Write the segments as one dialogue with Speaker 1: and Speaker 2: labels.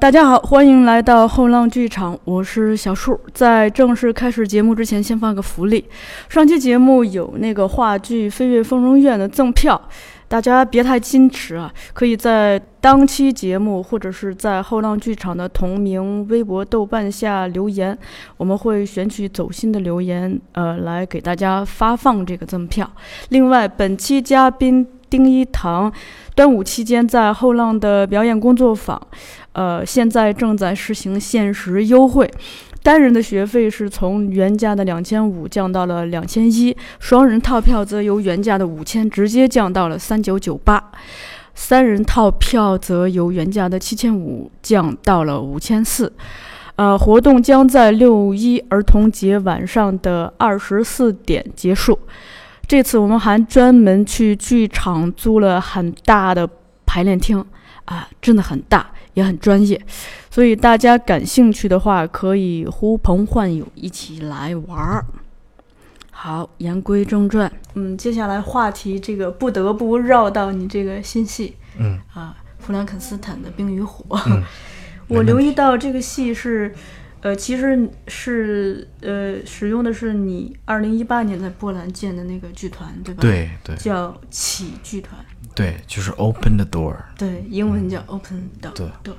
Speaker 1: 大家好，欢迎来到后浪剧场，我是小树。在正式开始节目之前，先放个福利。上期节目有那个话剧《飞越丰容院》的赠票，大家别太矜持啊，可以在当期节目或者是在后浪剧场的同名微博、豆瓣下留言，我们会选取走心的留言，呃，来给大家发放这个赠票。另外，本期嘉宾丁一堂，端午期间在后浪的表演工作坊。呃，现在正在实行限时优惠，单人的学费是从原价的两千五降到了两千一，双人套票则由原价的五千直接降到了三九九八，三人套票则由原价的七千五降到了五千四。呃，活动将在六一儿童节晚上的二十四点结束。这次我们还专门去剧场租了很大的排练厅，啊，真的很大，也很专业，所以大家感兴趣的话，可以呼朋唤友一起来玩儿。好，言归正传，嗯，接下来话题这个不得不绕到你这个新戏
Speaker 2: 嗯
Speaker 1: 啊，弗兰肯斯坦的《冰与火》
Speaker 2: 嗯
Speaker 1: 我留意到这个戏是。呃，其实是呃，使用的是你二零一八年在波兰建的那个剧团，对吧？，
Speaker 2: 对对
Speaker 1: 叫起剧团。
Speaker 2: 对，就是 open the door。
Speaker 1: 对，英文叫 Open Door、
Speaker 2: 对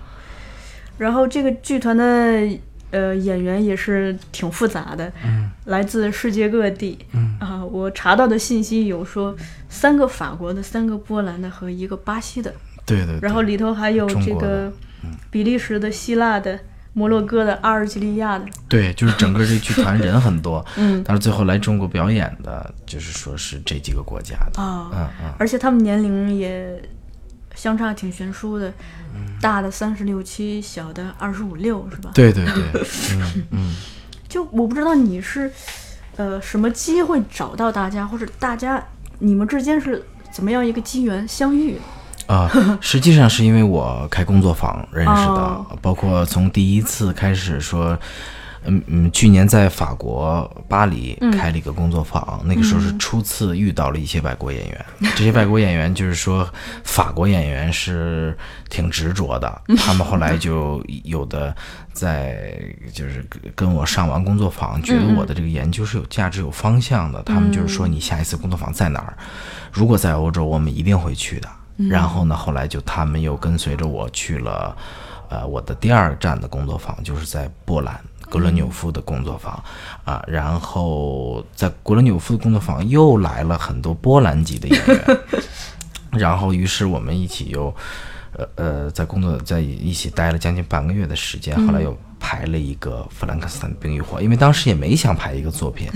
Speaker 1: 然后这个剧团的呃演员也是挺复杂的，
Speaker 2: 嗯
Speaker 1: 来自世界各地。啊、我查到的信息有说三个法国的、三个波兰的和一个巴西的，
Speaker 2: 对对对，
Speaker 1: 然后里头还有
Speaker 2: 中
Speaker 1: 这
Speaker 2: 国
Speaker 1: 个
Speaker 2: 的嗯
Speaker 1: 比利时的、希腊的、摩洛哥的、阿尔及利亚的。
Speaker 2: 对，就是整个这剧团人很多，
Speaker 1: 嗯
Speaker 2: 但是最后来中国表演的，就是说是这几个国家的，
Speaker 1: 啊、
Speaker 2: 嗯嗯，
Speaker 1: 而且他们年龄也相差挺悬殊的，
Speaker 2: 嗯
Speaker 1: 大的三十六七，小的二十五六，是吧？
Speaker 2: 对对对，嗯嗯，
Speaker 1: 就我不知道你是，呃，什么机会找到大家，或者大家你们之间是怎么样一个机缘相遇的？
Speaker 2: 啊、实际上是因为我开工作坊认识的，
Speaker 1: 哦
Speaker 2: 包括从第一次开始说，嗯嗯，去年在法国巴黎开了一个工作坊，那个时候是初次遇到了一些外国演员，这些外国演员就是说法国演员是挺执着的，他们后来就有的在就是跟跟我上完工作坊，觉得我的这个研究是有价值、有方向的，他们就是说你下一次工作坊在哪儿？如果在欧洲，我们一定会去的。然后呢，后来就他们又跟随着我去了，呃，我的第二站的工作坊就是在波兰格伦纽夫的工作坊啊、然后在格伦纽夫的工作坊又来了很多波兰籍的演员，然后于是我们一起又，呃呃，在工作在一起待了将近半个月的时间，后来又排了一个《弗兰克斯坦的冰与火》，因为当时也没想排一个作品，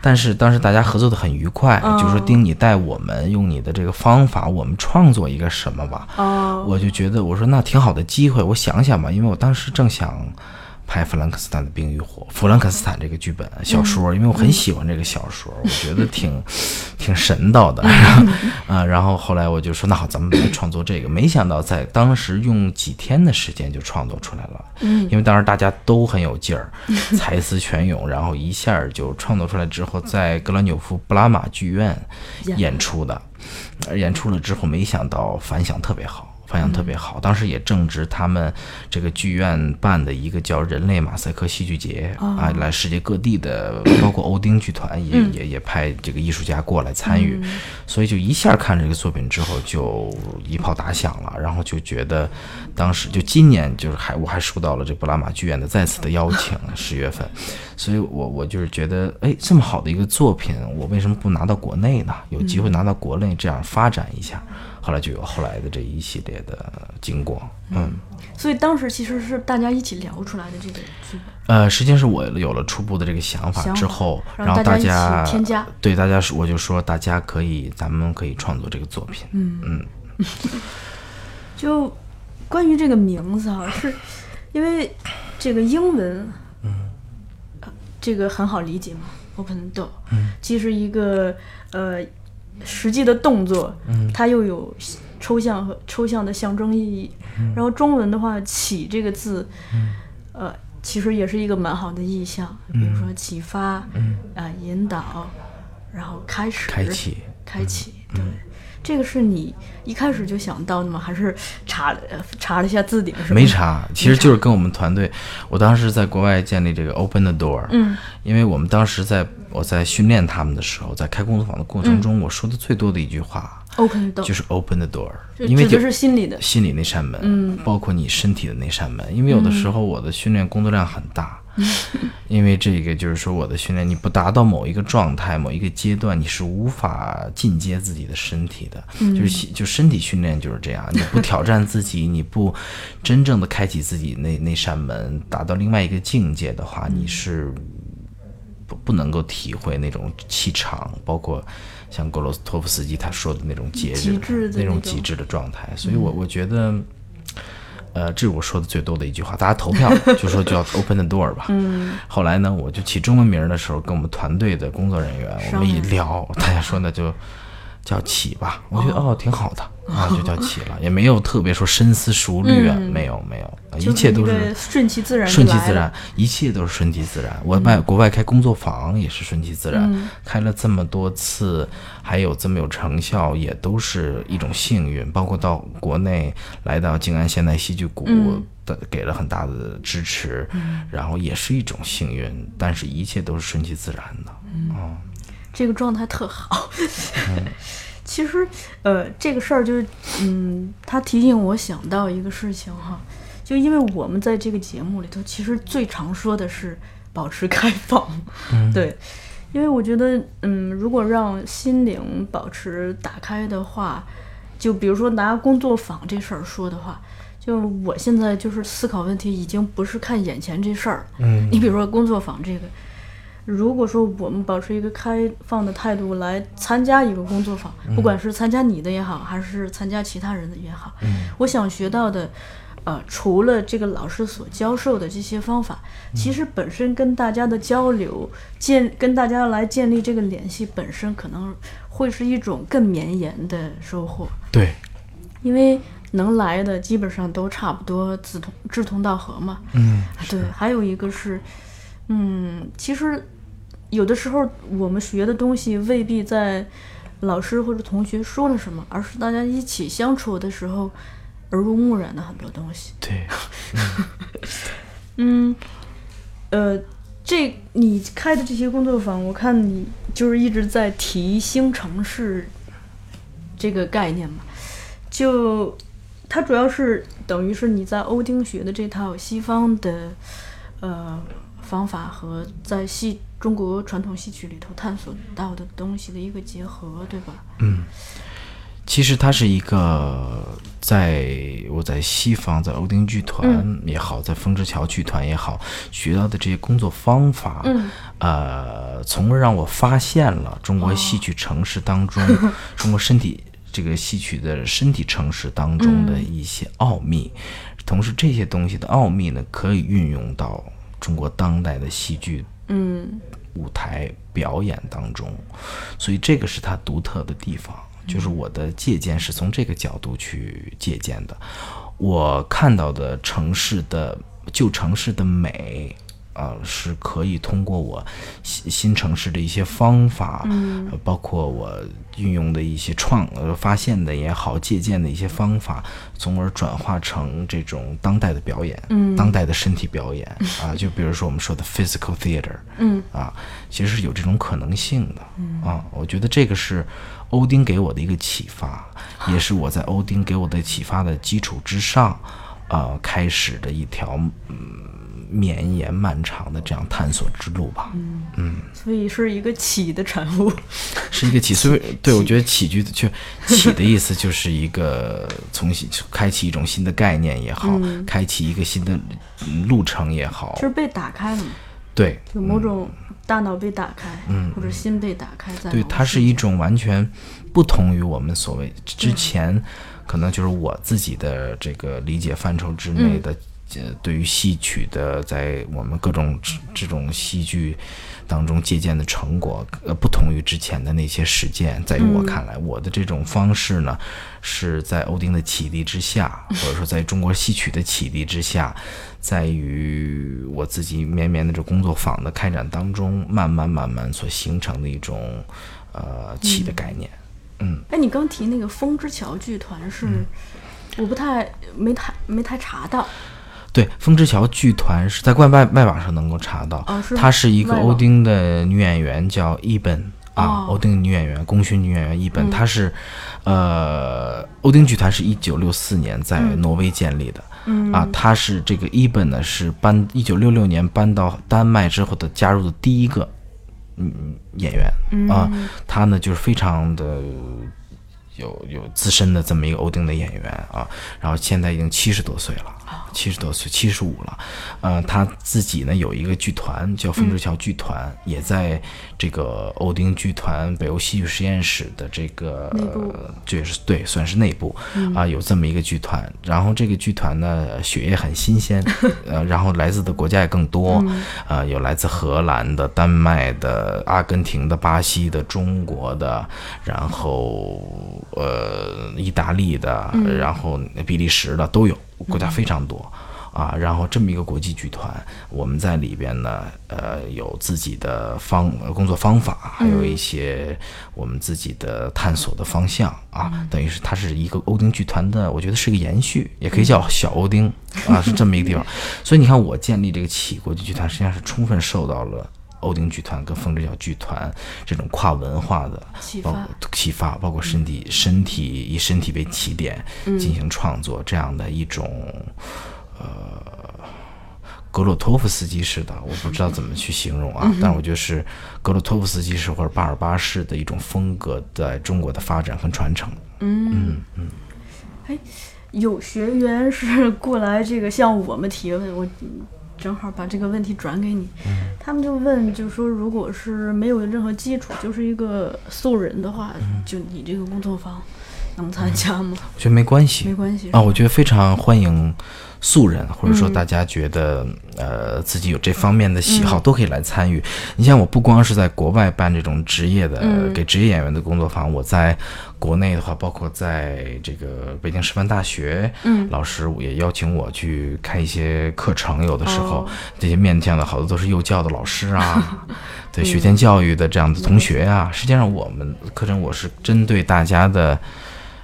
Speaker 2: 但是当时大家合作的很愉快，就说丁，你带我们用你的这个方法，我们创作一个什么吧。
Speaker 1: 哦，
Speaker 2: 我就觉得我说那挺好的机会，我想想吧，因为我当时正想拍《弗兰克斯坦的冰与火》，弗兰克斯坦这个剧本小说，因为我很喜欢这个小说，我觉得挺挺神道的， 然后啊，然后后来我就说那好，咱们来创作这个，没想到在当时用几天的时间就创作出来了，因为当时大家都很有劲儿，才思泉涌，然后一下儿就创作出来之后，在格兰纽夫布拉马剧院演出的。呃演出了之后，没想到反响特别好，反响特别好。当时也正值他们这个剧院办的一个叫“人类马赛克戏剧节”啊，来世界各地的，包括欧丁剧团也、也也派这个艺术家过来参与，所以就一下看这个作品之后就一炮打响了，然后就觉得当时就今年就是还我还收到了这布拉马剧院的再次的邀请，十月份， 所以我我就是觉得，哎，这么好的一个作品，我为什么不拿到国内呢？有机会
Speaker 1: 嗯
Speaker 2: 拿到国内这样发展一下，后来就有后来的这一系列的经过，嗯。
Speaker 1: 所以当时其实是大家一起聊出来的这个剧本。
Speaker 2: 呃，实际上是我有了初步的这个想法
Speaker 1: 想法
Speaker 2: 之后，
Speaker 1: 然
Speaker 2: 然
Speaker 1: 后
Speaker 2: 后
Speaker 1: 大
Speaker 2: 大
Speaker 1: 家
Speaker 2: 家
Speaker 1: 一起添加
Speaker 2: 对大家说，我就说大家可以，咱们可以创作这个作品。嗯嗯，
Speaker 1: 就关于这个名字啊，是因为
Speaker 3: 这个英文，嗯，这个很好理解嘛，open the door，、既
Speaker 2: 嗯
Speaker 3: 是一个呃实际的动作，
Speaker 2: 嗯
Speaker 3: 它又有抽象和抽象的象征意义。
Speaker 2: 嗯
Speaker 3: 然后中文的话，“启”这个字，呃，其实也是一个蛮好的意象，比
Speaker 2: 嗯
Speaker 3: 如说启发，啊、引导，然后开始，
Speaker 2: 开启，
Speaker 3: 开启，
Speaker 2: 嗯
Speaker 3: 对。这个是你一开始就想到的吗？还是查了呃查了一下字典是吗？
Speaker 2: 没查，其实就是跟我们团队，我当时在国外建立这个 Open the Door，嗯，因为我们当时在我在训练他们的时候，在开工作坊的过
Speaker 3: 嗯
Speaker 2: 程中，我说的最多的一句话
Speaker 3: open door，
Speaker 2: 就是 Open the door，
Speaker 3: 就
Speaker 2: 因为
Speaker 3: 指
Speaker 2: 就
Speaker 3: 的是心里的，
Speaker 2: 心里那扇门，包括你身体的那扇门。因为有的时候我的训练工作量很大，因为这个就是说我的训练你不达到某一个状态、某一个阶段，你是无法进阶自己的身体的。就是心就身体训练就是这样，你不挑战自己，你不呃真正的开启自己那那扇门，达到另外一个境界的话，你是不不能够体会那种气场，包括像格罗斯托夫斯基他说的那种节日
Speaker 3: 极致的
Speaker 2: 那种
Speaker 3: 那种嗯
Speaker 2: 极致的状态。所以我我觉得，呃，这是我说的最多的一句话，大家投票就说就要 open the door 吧。嗯。后来呢，我就起中文名儿的时候，跟我们团队的工作人员我
Speaker 3: 商
Speaker 2: 们一
Speaker 3: 量
Speaker 2: 聊，大家说那就。叫起吧，我觉得哦挺好的 啊，就叫起了，也没有特别说深思熟虑啊，没有没有，
Speaker 3: 嗯就
Speaker 2: 一切
Speaker 3: 那
Speaker 2: 都
Speaker 3: 个
Speaker 2: 是
Speaker 3: 顺其自然，
Speaker 2: 顺其自。然，一切都是顺其自然。我外国外开工作坊也是顺其自然，开了这么多次，还有这么有成效，也都是一种幸运。包括到国内来到静安现代戏剧谷的，给了很大的支持，然后也是一种幸运，但是一切都是顺其自然的。
Speaker 3: 这个状态特好。 其实，呃，这个事儿就是，嗯，他提醒我想到一个事情哈，就因为我们在这个节目里头，其实最常说的是保持开放， 对，因为我觉得，嗯，如果让心灵保持打开的话，就比如说拿工作坊这事儿说的话。就我现在就是思考问题，已经不是看眼前这事儿。嗯，你比如说工作坊这个，如果说我们保持一个开放的态度来参加一个工作坊，不管是参加你的也好，还是参加其他人的也好，我想学到的，呃，除了这个老师所教授的这些方法，其实本身跟大家的交流建，跟大家来建立这个联系，本身可能会是一种更绵延的收获。
Speaker 2: 对，
Speaker 3: 因为能来的基本上都差不多志同志同道合嘛。嗯，对。还有一个是，嗯，其实有的时候我们学的东西未必在老师或者同学说了什么，而是大家一起相处的时候耳濡目染的很多东西。
Speaker 2: 对，
Speaker 3: 嗯，呃，这你开的这些工作坊，我看你就是一直在提新城市这个概念嘛，就它主要是等于是你在欧丁学的这套西方的呃方法和在戏中国传统戏曲里头探索到的东西的一个结合，对吧？
Speaker 2: 其实它是一个在我在西方，在欧丁剧团也好，在风之桥剧团也好，学到的这些工作方法，呃，从而让我发现了中国戏曲城市当中， 中国身体这个戏曲的身体城市当中的一些奥秘，同时这些东西的奥秘呢，可以运用到中国当代的戏剧
Speaker 3: 嗯
Speaker 2: 舞台表演当中，所以这个是它独特的地方。就是我的借鉴是从这个角度去借鉴的，我看到的城市的旧城市的美。啊，是可以通过我新新城市的一些方法，呃包括我运用的一些创呃发现的也好，借鉴的一些方法，从而转化成这种当代的表演，当代的身体表演、啊，就比如说我们说的 physical theater，
Speaker 3: 嗯
Speaker 2: 啊，其实是有这种可能性的、啊。我觉得这个是欧丁给我的一个启发，也是我在欧丁给我的启发的基础之上，呃，开始的一条嗯绵延漫长的这样探索之路吧，
Speaker 3: 所以是一个起的产物。
Speaker 2: 是一个起。所以，对我觉得起居 就起的意思就是一个从新开启一种新的概念也好，开启一个新的嗯路程也好
Speaker 3: 就，是被打开了嘛，
Speaker 2: 对，
Speaker 3: 就某种大脑被打开，或者心被打开在某个世界，
Speaker 2: 嗯对，它是一种完全不同于我们所
Speaker 3: 嗯嗯
Speaker 2: 谓之前，可能就是我自己的这个理解范畴之内的呃对于戏曲的在我们各种这这种戏剧当中借鉴的成果，呃，不同于之前的那些实践。在于我
Speaker 3: 嗯
Speaker 2: 看来，我的这种方式呢，是在欧丁的启迪之下，或者说在中国戏曲的启迪之下，在于我自己绵绵的这工作坊的开展当中，慢慢慢慢所形成的一种呃起的概念。
Speaker 3: 哎，你刚提那个风之桥剧团是，我不太没太没太查到，
Speaker 2: 嗯对，风之桥剧团是在外外外网上能够查到，
Speaker 3: 哦是
Speaker 2: 她是一个
Speaker 3: 外
Speaker 2: 欧
Speaker 3: 网
Speaker 2: 丁的女演员叫伊本啊
Speaker 3: 哦，
Speaker 2: 欧丁女演员，功勋女演员伊本，她是，呃，欧丁剧团是一九六四年在挪威建立的。啊，她是这个伊本呢，是搬一九六六年搬到丹麦之后的加入的第一个嗯演员、啊，她呢就是非常的有有资深的这么一个欧丁的演员啊，然后现在已经七十多岁了，七十多岁，七十五了，呃，他自己呢有一个剧团叫风之桥剧团，也在这个欧丁剧团北欧戏剧实验室的这个
Speaker 3: 内部嗯
Speaker 2: 呃这也是对，算是内部啊，有这么一个剧团。然后这个剧团呢，血液很新鲜，呃，然后来自的国家也更多，
Speaker 3: 嗯
Speaker 2: 呃，有来自荷兰的、丹麦的、阿根廷的、巴西的、中国的，然后呃，意大利的，然后比利时的都有，国家非常多。啊，然后这么一个国际剧团，我们在里边呢，呃，有自己的方呃工作方法，还有一些我们自己的探索的方向啊，等于是它是一个欧丁剧团的，我觉得是个延续，也可以叫小欧丁啊，是这么一个地方。所以你看，我建立这个启国际剧团，实际上是充分受到了。欧丁剧团跟风之角剧团这种跨文化的
Speaker 3: 启
Speaker 2: 包
Speaker 3: 发嗯
Speaker 2: 括启发，包括身体、身体以身体为起点进行创作这样的一种呃格鲁托夫斯基式的，我不知道怎么去形容
Speaker 3: 嗯
Speaker 2: 啊，但是我觉得是格鲁托夫斯基式或者巴尔巴式的一种风格在中国的发展和传承。
Speaker 3: 有学员是 过来这个向我们提问，我正好把这个问题转给你，他们就问，就说如果是没有任何基础，就是一个素人的话，就你这个工作坊能参加吗？
Speaker 2: 我觉得没关系，
Speaker 3: 没关系
Speaker 2: 啊，我觉得非常欢迎素人，或者说大家觉得、呃自己有这方面的喜好，都可以来参与。你像我不光是在国外办这种职业的、给职业演员的工作坊，我在国内的话，包括在这个北京师范大学，嗯，老师也邀请我去开一些课程，有的时候、
Speaker 3: 哦
Speaker 2: 这些面向的好多都是幼教的老师啊，对学前教育的这样的同学啊，实际上我们课程我是针对大家的。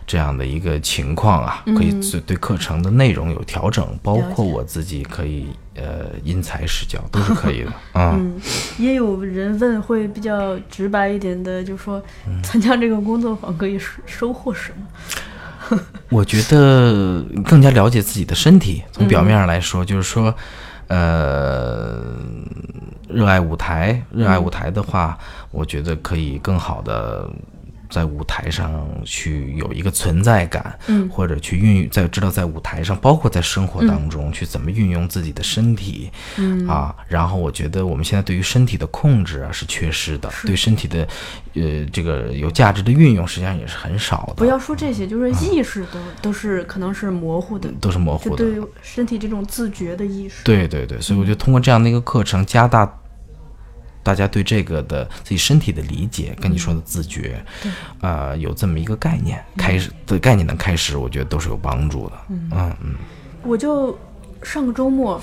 Speaker 2: 这样的一个情况啊，可以对对课程的内容有调整，包括我自己可以呃因材施教都是可以的啊。
Speaker 3: 也有人问会比较直白一点的，就说参加这个工作坊可以收收获什么？
Speaker 2: 我觉得更加了解自己的身体，从表
Speaker 3: 嗯
Speaker 2: 面上来说，就是说，呃，热爱舞台，热爱舞台的话，我觉得可以更好的。在舞台上去有一个存在感，嗯、或者去运用，在知道在舞台上，包括在生活当
Speaker 3: 嗯
Speaker 2: 中、去怎么运用自己的身体，嗯、啊，然后我觉得我们现在对于身体的控制啊是缺失的，对身体的，呃，这个有价值的运用实际上也是很少的。
Speaker 3: 不要说这些，就是意识都、都是可能是模糊的，
Speaker 2: 都是模糊
Speaker 3: 就
Speaker 2: 的。
Speaker 3: 对身体这种自觉的意识。
Speaker 2: 对对对，所以我觉得通过这样的一个课程，加大大家对这个的自己身体的理解，跟你说的自觉，
Speaker 3: 嗯
Speaker 2: 呃，有这么一个概念，开始的概念的开始，我觉得都是有帮助的。嗯嗯，
Speaker 3: 我就上个周末，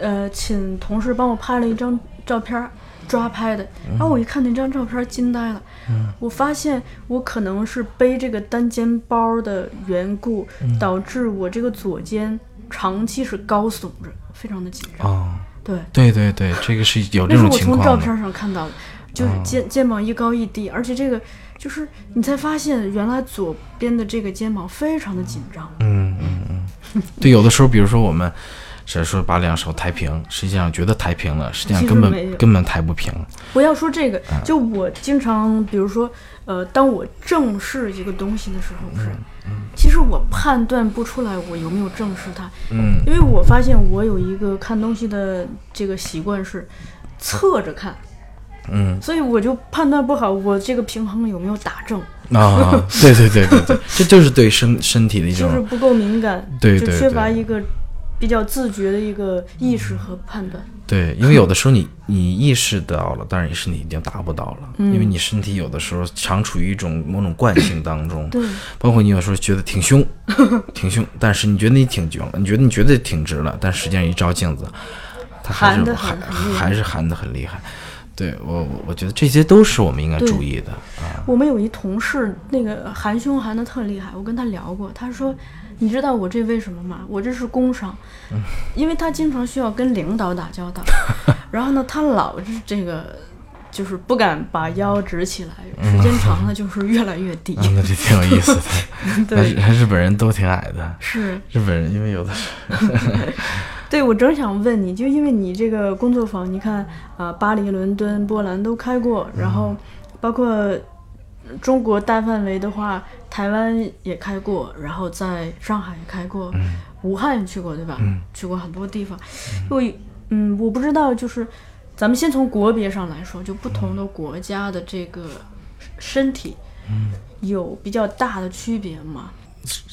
Speaker 3: 呃，请同事帮我拍了一张照片儿，抓拍的。
Speaker 2: 嗯
Speaker 3: 然后我一看那张照片儿，惊呆了。我发现我可能是背这个单肩包的缘故，
Speaker 2: 嗯
Speaker 3: 导致我这个左肩长期是高耸着，非常的紧张。
Speaker 2: 哦，
Speaker 3: 对，
Speaker 2: 对对对，这个是有这
Speaker 3: 那是
Speaker 2: 种
Speaker 3: 我
Speaker 2: 情
Speaker 3: 从照
Speaker 2: 况的。啊
Speaker 3: 片上看到的，就是肩肩膀一高一低，而且这个就是你才发现原来左边的这个肩膀非常的紧张。
Speaker 2: 嗯对，有的时候，比如说我们。是说把两手抬平，实际上觉得抬平了，实际上
Speaker 3: 其实
Speaker 2: 根
Speaker 3: 没有
Speaker 2: 本根本抬不平。
Speaker 3: 不要说这个，
Speaker 2: 嗯
Speaker 3: 就我经常，比如说，呃，当我正视一个东西的时
Speaker 2: 嗯
Speaker 3: 候，是，其实我判断不出来我有没有正视它，
Speaker 2: 嗯，
Speaker 3: 因为我发现我有一个看东西的这个习惯是侧着看，
Speaker 2: 嗯，
Speaker 3: 所以我就判断不好我这个平衡有没有打正，
Speaker 2: 啊， 对对对对对，这就是对身身体的一
Speaker 3: 就是
Speaker 2: 种
Speaker 3: 不够敏感，
Speaker 2: 对对
Speaker 3: 就缺乏一个比较自觉的一个意识和判断。
Speaker 2: 对，因为有的时候你你意识到了，但是你身体已经达不到了，
Speaker 3: 嗯
Speaker 2: 因为你身体有的时候常处于一种某种惯性当中，
Speaker 3: 对，
Speaker 2: 包括你有时候觉得挺凶， 挺凶，但是你觉得你挺直了，你觉得你觉得挺直了，但实际上一照镜子，它还
Speaker 3: 寒
Speaker 2: 是
Speaker 3: 得
Speaker 2: 还
Speaker 3: 很很厉害
Speaker 2: 还是寒的很厉害。对我，我我觉得这些都是我们应该
Speaker 3: 对
Speaker 2: 注意的啊。
Speaker 3: 我们有一同事，那个含胸含的特厉害，我跟他聊过，他说：“你知道我这为什么吗？我这是工伤，
Speaker 2: 嗯
Speaker 3: 因为他经常需要跟领导 打交道，然后呢，他老是这个。”就是不敢把腰直起来，时间长 了就是越来越低。
Speaker 2: 嗯，那这挺有意思的。那
Speaker 3: 对，
Speaker 2: 日日本人都挺矮的，
Speaker 3: 是
Speaker 2: 日本人因为有的时
Speaker 3: 对，我正想问你，就因为你这个工作坊，你看啊、巴黎、伦敦、波兰都开过，然
Speaker 2: 嗯
Speaker 3: 后包括中国大范围的话，台湾也开过，然后在上海也开过，
Speaker 2: 嗯
Speaker 3: 武汉也去过，对吧？去过很多地方。我嗯，我不知道，就是咱们先从国别上来说，就不同
Speaker 2: 嗯
Speaker 3: 的国家的这个身体。
Speaker 2: 嗯
Speaker 3: 有比较大的区别吗？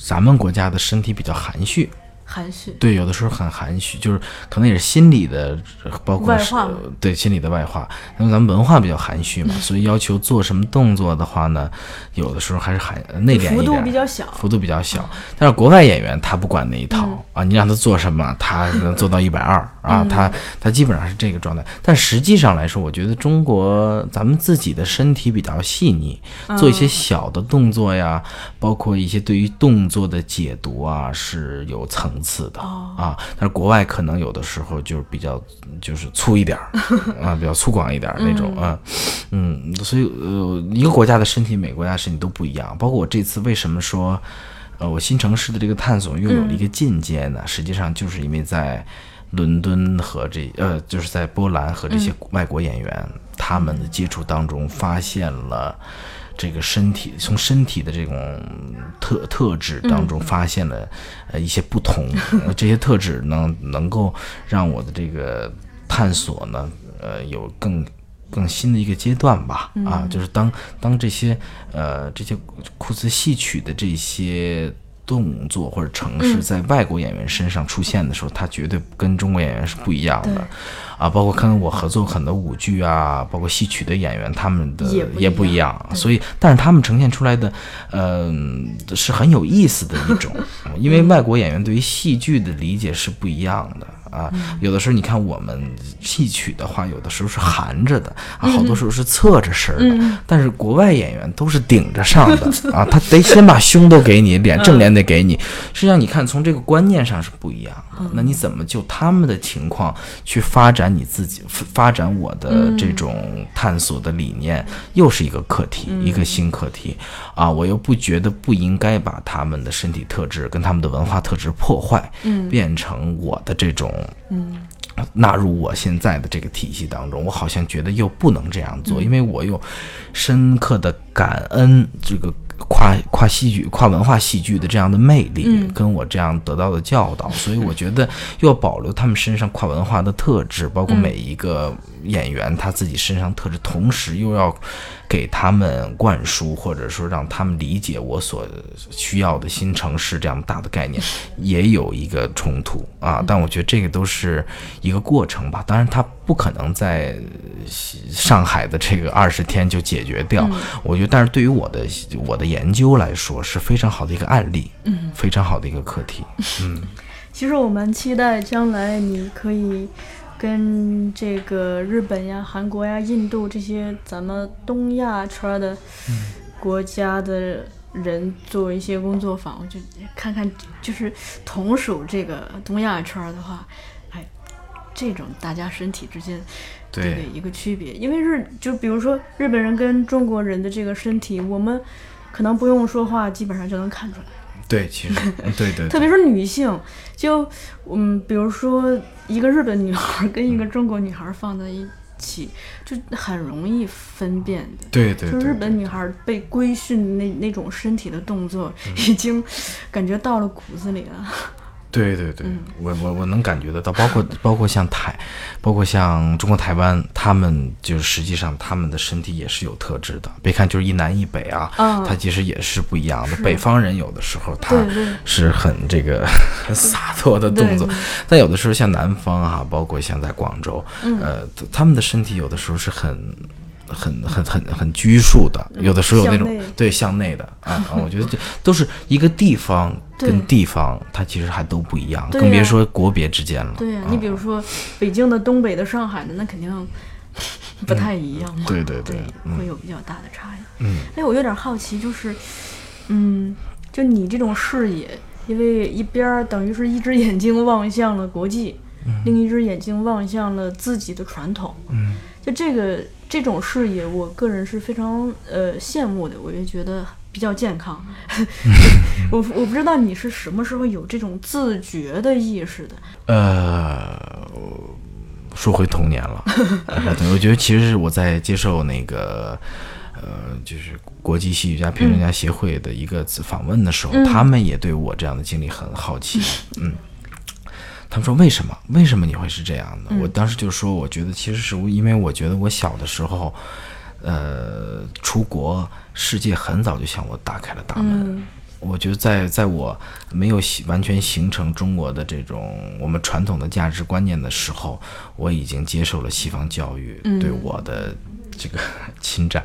Speaker 2: 咱们国家的身体比较含蓄，
Speaker 3: 含蓄，
Speaker 2: 对，有的时候很含蓄，就是可能也是心理的，呃包括
Speaker 3: 外
Speaker 2: 是
Speaker 3: 化嘛
Speaker 2: 对心理的外化。那么咱们文化比较含蓄 嘛，所以要求做什么动作的话呢，有的时候还是含呃内敛一点，
Speaker 3: 幅度比较小，
Speaker 2: 幅度比较小。但是国外演员他不管那一套、啊，你让他做什么，他能做到一百二啊，他他基本上是这个状态。但实际上来说，我觉得中国咱们自己的身体比较细腻，做一些小的动作呀，包括一些对于动作的解读啊，是有层次的、啊。但是国外可能有的时候就是比较就是粗一点儿啊，比较粗犷一点儿那种啊。嗯，所以呃，一个国家的身体，每个国家的身体都不一样。包括我这次为什么说，呃，我新城市的这个探索又有了一个进阶呢？实际上就是因为在伦敦和这呃，就是在波兰和这些外国演员、他们的接触当中，发现了这个身体从身体的这种
Speaker 3: 嗯
Speaker 2: 特特质当中发现了呃一些不 同，呃这些特质能能够让我的这个探索呢，呃，有更更新的一个阶段吧，
Speaker 3: 嗯
Speaker 2: 啊，就是当当这些呃这些库兹戏曲的这些动作或者程
Speaker 3: 嗯
Speaker 2: 式在外国演员身上出现的时候，它绝对跟中国演员是不一样
Speaker 3: 对
Speaker 2: 的，啊，包括跟我合作很多舞剧啊，包括戏曲的演员，他们的
Speaker 3: 也不
Speaker 2: 也
Speaker 3: 一
Speaker 2: 不一
Speaker 3: 样
Speaker 2: 样，所以但是他们呈现出来的，嗯、是很有意思的一种，嗯因为外国演员对于戏剧的理解是不一样的。啊，有的时候你看我们戏曲的话，有的时候是含着的，啊，好多时候是侧着身儿的，但是国外演员都是顶着上的啊，他得先把胸都给你，脸正脸得给你。实际上，你看从这个观念上是不一样的。那你怎么就他们的情况去发展你自己，发发展我的这种探索的理念，又是一个课题，一个新课题啊！我又不觉得不应该把他们的身体特质跟他们的文化特质破坏，变成我的这种纳入我现在的这个体系当中，我好像觉得又不能这样做，因为我有深刻的感恩这个跨跨戏剧、跨文化戏剧的这样的魅力，跟我这样得到的教导，所以我觉得要保留他们身上跨文化的特质，包括每一个演员他自己身上特质，同时又要给他们灌输，或者说让他们理解我所需要的新城市这样大的概念，也有一个冲突啊。但我觉得这个都是一个过程吧，当然它不可能在呃上海的这个二十天就解决掉。我觉得，但是对于我的我的研究来说，是非常好的一个案例，嗯，非常好的一个课题。
Speaker 3: 其实我蛮期待将来你可以跟这个日本呀、韩国呀、印度这些咱们东亚圈儿的国家的人做一些工作坊，我就看看就是同属这个东亚圈儿的话，哎，这种大家身体之间。
Speaker 2: 对
Speaker 3: 的一个区别，因为日就比如说日本人跟中国人的这个身体，我们可能不用说话，基本上就能看出来。
Speaker 2: 对，其 实对对
Speaker 3: 特
Speaker 2: 对
Speaker 3: 别是女性，就嗯，比如说一个日本女孩儿跟
Speaker 2: 嗯
Speaker 3: 一个中国女孩儿放在一起，就很容易分辨的。
Speaker 2: 对对
Speaker 3: 就
Speaker 2: 对
Speaker 3: 日本女孩儿被规
Speaker 2: 嗯
Speaker 3: 训那那种身体的动作，已经感觉到了骨子里了。
Speaker 2: 对对
Speaker 3: 嗯
Speaker 2: 对，我我我能感觉得到，包括 包括像台，包括像中国台湾，他们就是实际上他们的身体也是有特质的。别看就是一南一北啊，
Speaker 3: 嗯
Speaker 2: 它其实也是不一样的。北方人有的时候他
Speaker 3: 对对
Speaker 2: 是很这个 很洒脱的动作
Speaker 3: 对，
Speaker 2: 但有的时候像南方啊，包括像在广州，
Speaker 3: 嗯
Speaker 2: 呃，他们的身体有的时候是很。很很很很拘束的，有的时候有那种
Speaker 3: 嗯向内
Speaker 2: 对向内的啊啊，我觉得这都是一个地方
Speaker 3: 对
Speaker 2: 跟地方，它其实还都不一样，
Speaker 3: 对
Speaker 2: 更别
Speaker 3: 呀
Speaker 2: 说国别之间了。啊
Speaker 3: 对呀、你比
Speaker 2: 哦
Speaker 3: 如说北京的、东北的、上海的，那肯定不太一样嘛。
Speaker 2: 嗯对对对
Speaker 3: 对，
Speaker 2: 嗯
Speaker 3: 会有比较大的差异。
Speaker 2: 嗯，
Speaker 3: 哎，我有点好奇，就是，嗯，就你这种视野，因为一边儿等于是一只眼睛望向了国际，另一只眼睛望向了自己的传统。
Speaker 2: 嗯，
Speaker 3: 就这个这种视野，我个人是非常呃羡慕的，我也觉得比较健康。
Speaker 2: 嗯
Speaker 3: 我我不知道你是什么时候有这种自觉的意识的。
Speaker 2: 呃，说回童年了， 呃对我觉得其实是我在接受那个呃，就是国际戏剧家评论家协会的一个访问的时
Speaker 3: 嗯
Speaker 2: 候，他们也对我这样的经历很好奇，嗯。他们说为什么？为什么你会是这样的？
Speaker 3: 嗯
Speaker 2: 我当时就说，我觉得其实是我因为我觉得我小的时候，呃，出国，世界很早就向我打开了大门。
Speaker 3: 嗯
Speaker 2: 我觉得在在我没有形完全形成中国的这种我们传统的价值观念的时候，我已经接受了西方教育
Speaker 3: 嗯
Speaker 2: 对我的这个 侵占。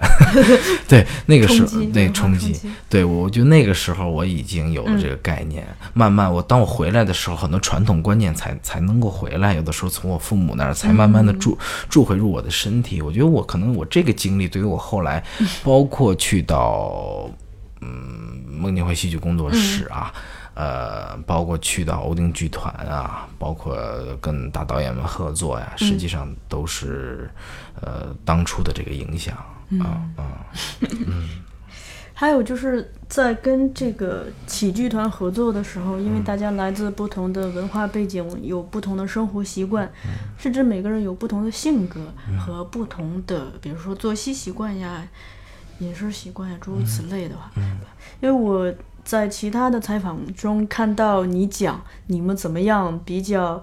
Speaker 2: 对那个时候
Speaker 3: 冲击
Speaker 2: 那
Speaker 3: 文化
Speaker 2: 冲
Speaker 3: 冲
Speaker 2: 击
Speaker 3: 击，
Speaker 2: 对我我觉得那个时候我已经有了这个概念。慢慢我当我回来的时候，很多传统观念才才能够回来，有的时候从我父母那儿才慢慢的注、注回入我的身体。我觉得我可能我这个经历对于我后来，包括去到嗯孟京辉戏剧工作室啊。呃，包括去到欧丁剧团啊，包括跟大导演们合作呀，实际上都是、呃当初的这个影响啊啊。
Speaker 3: 还有就是在跟这个喜剧团合作的时候，因为大家来自不同的文化背景，有不同的生活习惯，甚至每个人有不同的性格和不同的，比如说作息习惯呀、饮食习惯呀，诸如此类的话。因为我在其他的采访中看到你讲你们怎么样比较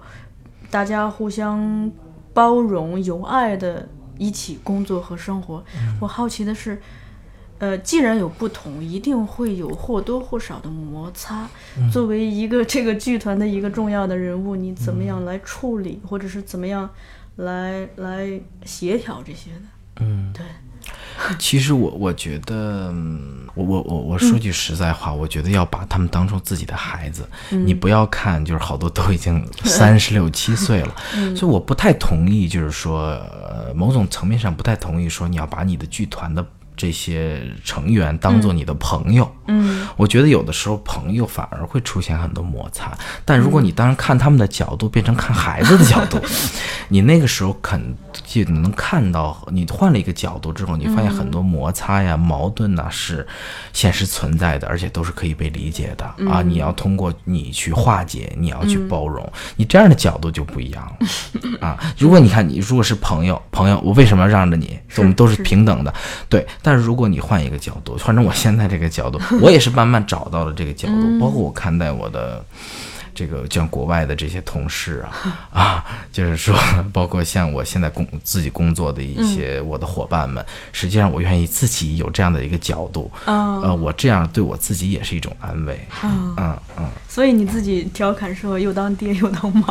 Speaker 3: 大家互相包容、友爱的一起工作和生活。我好奇的是，呃，既然有不同，一定会有或多或少的摩擦。作为一个这个剧团的一个重要的人物，你怎么样来处理，或者是怎么样来来协调这些的？嗯，对，
Speaker 2: 其实我我觉得，嗯我我我我说句实在话，我觉得要把他们当成自己的孩子，你不要看就是好多都已经三十六七岁了，所以我不太同意，就是说，呃，某种层面上不太同意说你要把你的剧团的。这些成员当做你的朋友，嗯，我觉得有的时候朋友反而会出现很多摩擦，但如果你当然看他们的角度变成看孩子的角度，你那个时候肯就能看到，你换了一个角度之后，你发现很多摩擦呀、矛盾呐、是现实存在的，而且都是可以被理解的、啊。你要通过你去化解，你要去包容，你这样的角度就不一样了啊。如果你看你如果是朋友，朋友我为什么要让着你？我们都是平等的，对。但是如果你换一个角度，换成我现在这个角度，我也是慢慢找到了这个角度， 包括我看待我的。这个像国外的这些同事啊啊，就是说，包括像我现在工自己工作的一些我的伙伴们，实际上我愿意自己有这样的一个角度，
Speaker 3: 啊、
Speaker 2: 呃，我这样对我自己也是一种安慰，
Speaker 3: 啊
Speaker 2: 嗯嗯，
Speaker 3: 所以你自己调侃说又当爹又当妈，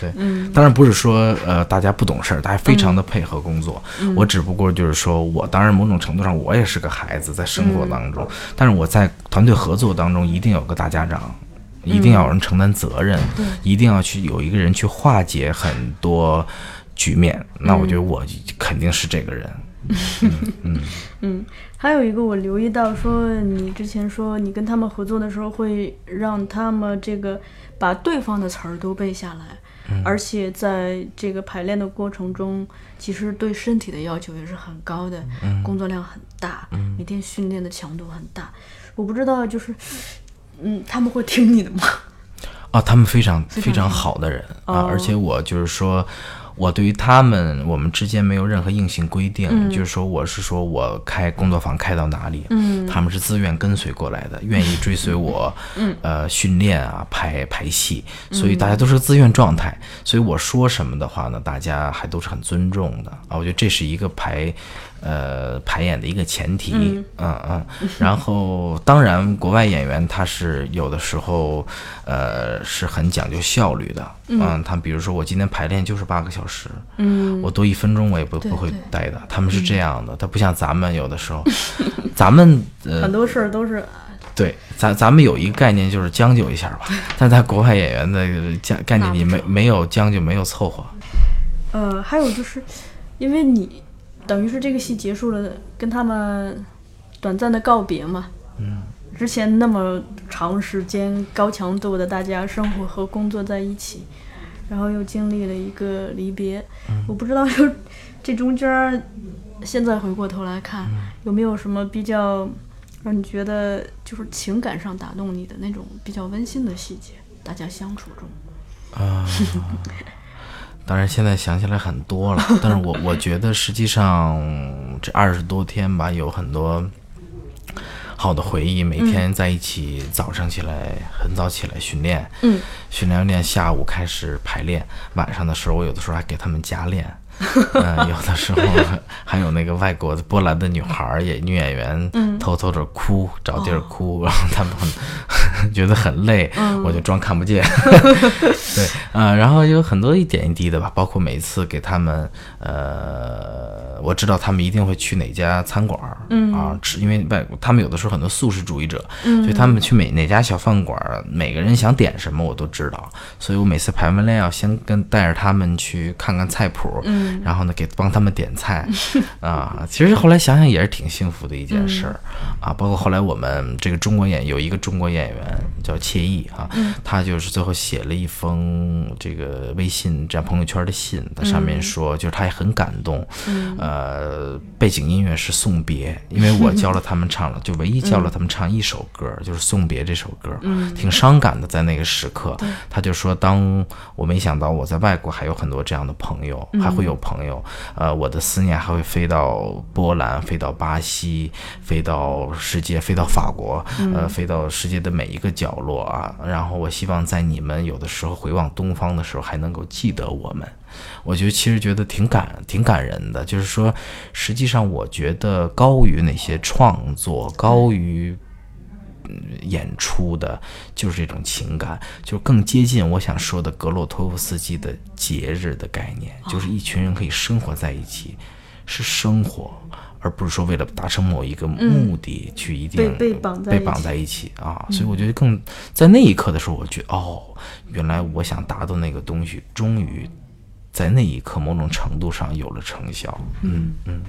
Speaker 2: 对，当然不是说呃大家不懂事儿，大家非常的配合工作，我只不过就是说我当然某种程度上我也是个孩子，在生活当中，但是我在团队合作当中一定有个大家长。一定要有人承担责任，一定要去有一个人去化解很多局面。那我觉得我肯定是这个人，
Speaker 3: 嗯，还有一个我留意到说，你之前说你跟他们合作的时候，会让他们这个把对方的词儿都背下来，而且在这个排练的过程中，其实对身体的要求也是很高的，工作量很大，每天训练的强度很大。我不知道就是，嗯，他们会听你的吗？
Speaker 2: 啊，他们非常非常好的人、啊，
Speaker 3: 哦
Speaker 2: 而且我就是说，我对于他们我们之间没有任何硬性规定，就是说我是说我开工作坊开到哪里，嗯，他们是自愿跟随过来的，愿意追随我，嗯，呃，训练啊，排排戏，所以大家都是自愿状态，所以我说什么的话呢，大家还都是很尊重的啊，我觉得这是一个排。呃，排演的一个前提，嗯嗯，然后当然，国外演员他是有的时候，呃，是很讲究效率的，嗯，他比如说我今天排练就是八个小时，嗯，我多一分钟我也不不会待的，他们是这样的，他不像咱们有的时候，咱们呃
Speaker 3: 很，多事儿都是
Speaker 2: 对，咱咱们有一个概念就是将就一下吧，但在国外演员的概概念里没没有将就，没有凑合，
Speaker 3: 呃，还有就是，因为你等于是这个戏结束了，跟他们短暂的告别嘛。嗯。之前那么长时间高强度的大家生活和工作在一起，然后又经历了一个离别，我不知道就这中间儿，现在回过头来看，有没有什么比较让你觉得就是情感上打动你的那种比较温馨的细节？大家相处中，
Speaker 2: 当然，现在想起来很多了，但是我我觉得实际上这二十多天吧，有很多好的回忆。每天在一起，早上起来很早起来训练，
Speaker 3: 嗯，
Speaker 2: 训练完练，下午开始排练，晚上的时候我有的时候还给他们加练。嗯，有的时候 还有那个外国的波兰的女孩儿也女演员，偷偷的哭，找地儿哭，然后他们 很觉得很累，我就装看不见。对，啊、然后有很多一点一滴的吧，包括每一次给他们，呃，我知道他们一定会去哪家餐馆儿，啊，吃，因为外国他们有的时候很多素食主义者，所以他们去每哪家小饭馆儿，每个人想点什么我都知道，所以我每次排完练要先跟带着他们去看看菜谱，然后呢给帮他们点菜，啊，其实后来想想也是挺幸福的一件事儿、啊。包括后来我们这个中国演有一个中国演员叫谢毅啊，他就是最后写了一封这个微信这样朋友圈的信，在上面说、就是他也很感动，呃，背景音乐是《送别》，因为我教了他们唱了，就唯一教了他们唱一首歌，就是《送别》这首歌，挺伤感的，在那个时刻，他就说，当我没想到我在外国还有很多这样的朋友，还会有朋友，呃，我的思念还会飞到波兰，飞到巴西，飞到世界，飞到法国，呃，飞到世界的每一个角落啊。然后我希望在你们有的时候回望东方的时候，还能够记得我们。我觉得其实觉得挺感挺感人的，就是说，实际上我觉得高于那些创作，高于演出的就是这种情感，就更接近我想说的格洛托夫斯基的节日的概念，
Speaker 3: 哦
Speaker 2: 就是一群人可以生活在一起，是生活，而不是说为了达成某一个目的去一定
Speaker 3: 被被绑在
Speaker 2: 被
Speaker 3: 一
Speaker 2: 绑
Speaker 3: 起嗯
Speaker 2: 在一起啊。所以我觉得更在那一刻的时候，我觉得哦，原来我想达到那个东西，终于在那一刻某种程度上有了成效。嗯嗯，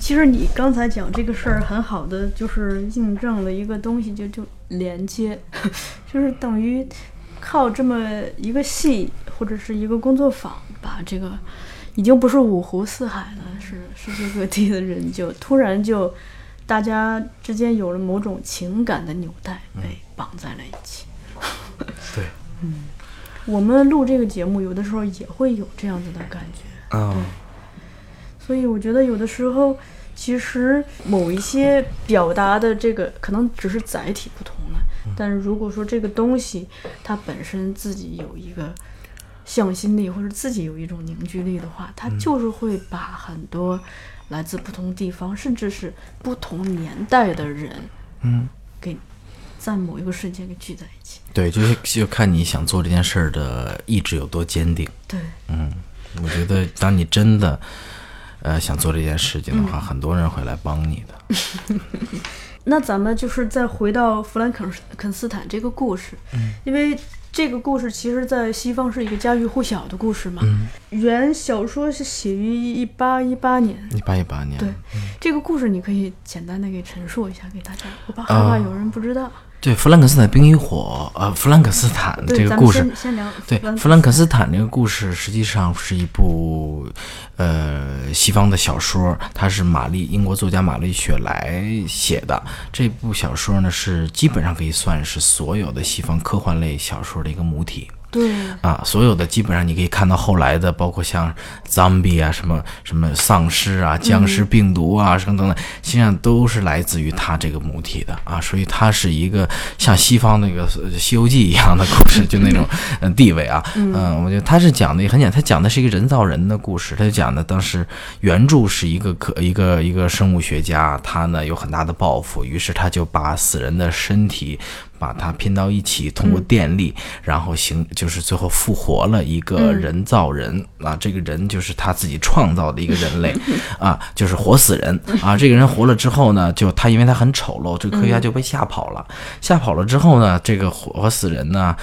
Speaker 3: 其实你刚才讲这个事儿，很好的就是印证了一个东西，就就连接， 就是等于靠这么一个戏或者是一个工作坊，把这个已经不是五湖四海了，是世界各地的人就突然就大家之间有了某种情感的纽带被绑在了一起。
Speaker 2: 对，
Speaker 3: 我们录这个节目，有的时候也会有这样子的感觉。
Speaker 2: 啊、
Speaker 4: Oh.
Speaker 3: 所以我觉得有的时候，其实某一些表达的这个可能只是载体不同了，但是如果说这个东西它本身自己有一个向心力，或者自己有一种凝聚力的话，它就是会把很多来自不同地方，甚至是不同年代的人，
Speaker 2: 嗯，
Speaker 3: 给在某一个瞬间给聚在一起。
Speaker 2: 对，就是就看你想做这件事儿的意志有多坚定。
Speaker 3: 对，
Speaker 2: 我觉得，当你真的呃想做这件事情
Speaker 3: 嗯
Speaker 2: 的话，很多人会来帮你的。
Speaker 3: 那咱们就是再回到弗兰肯肯斯坦这个故事，
Speaker 2: 嗯
Speaker 3: 因为这个故事其实，在西方是一个家喻户晓的故事嘛。
Speaker 2: 嗯
Speaker 3: 原小说是写于一八一八年，
Speaker 2: 一八一八年，
Speaker 3: 对、这个故事你可以简单的给陈述一下给大家，我
Speaker 2: 啊
Speaker 3: 怕害怕有人不知道。
Speaker 2: 对，弗兰肯斯坦冰与火，呃，弗兰肯斯坦嗯
Speaker 3: 对，
Speaker 2: 这个
Speaker 3: 咱
Speaker 2: 故
Speaker 3: 们
Speaker 2: 事，
Speaker 3: 先先聊
Speaker 2: 对
Speaker 3: 弗兰，
Speaker 2: 弗兰肯斯坦这个故事实际上是一部呃西方的小说，它是玛丽英国作家玛丽雪莱写的。这部小说呢是基本上可以算是所有的西方科幻类小说的一个母体。
Speaker 3: 对，
Speaker 2: 啊，所有的基本上你可以看到后来的，包括像 zombie 啊，什么什么丧尸啊、僵尸病毒啊，什么等等，实际上都是来自于它这个母体的啊，所以它是一个像西方那个呃《西游记》一样的故事，就那种呃地位啊，嗯、我觉得它是讲的也很简单，它讲的是一个人造人的故事，它就讲的当时原著是一个科一个一个生物学家，他呢有很大的抱负，于是他就把死人的身体。把它拼到一起，通过电力，
Speaker 3: 嗯
Speaker 2: 然后形就是最后复活了一个人造人、啊，这个人就是他自己创造的一个人 类啊，就是活死人啊。这个人活了之后呢，就他因为他很丑陋，这个科
Speaker 3: 嗯
Speaker 2: 学家就被吓跑了。吓跑了之后呢，这个活活死人呢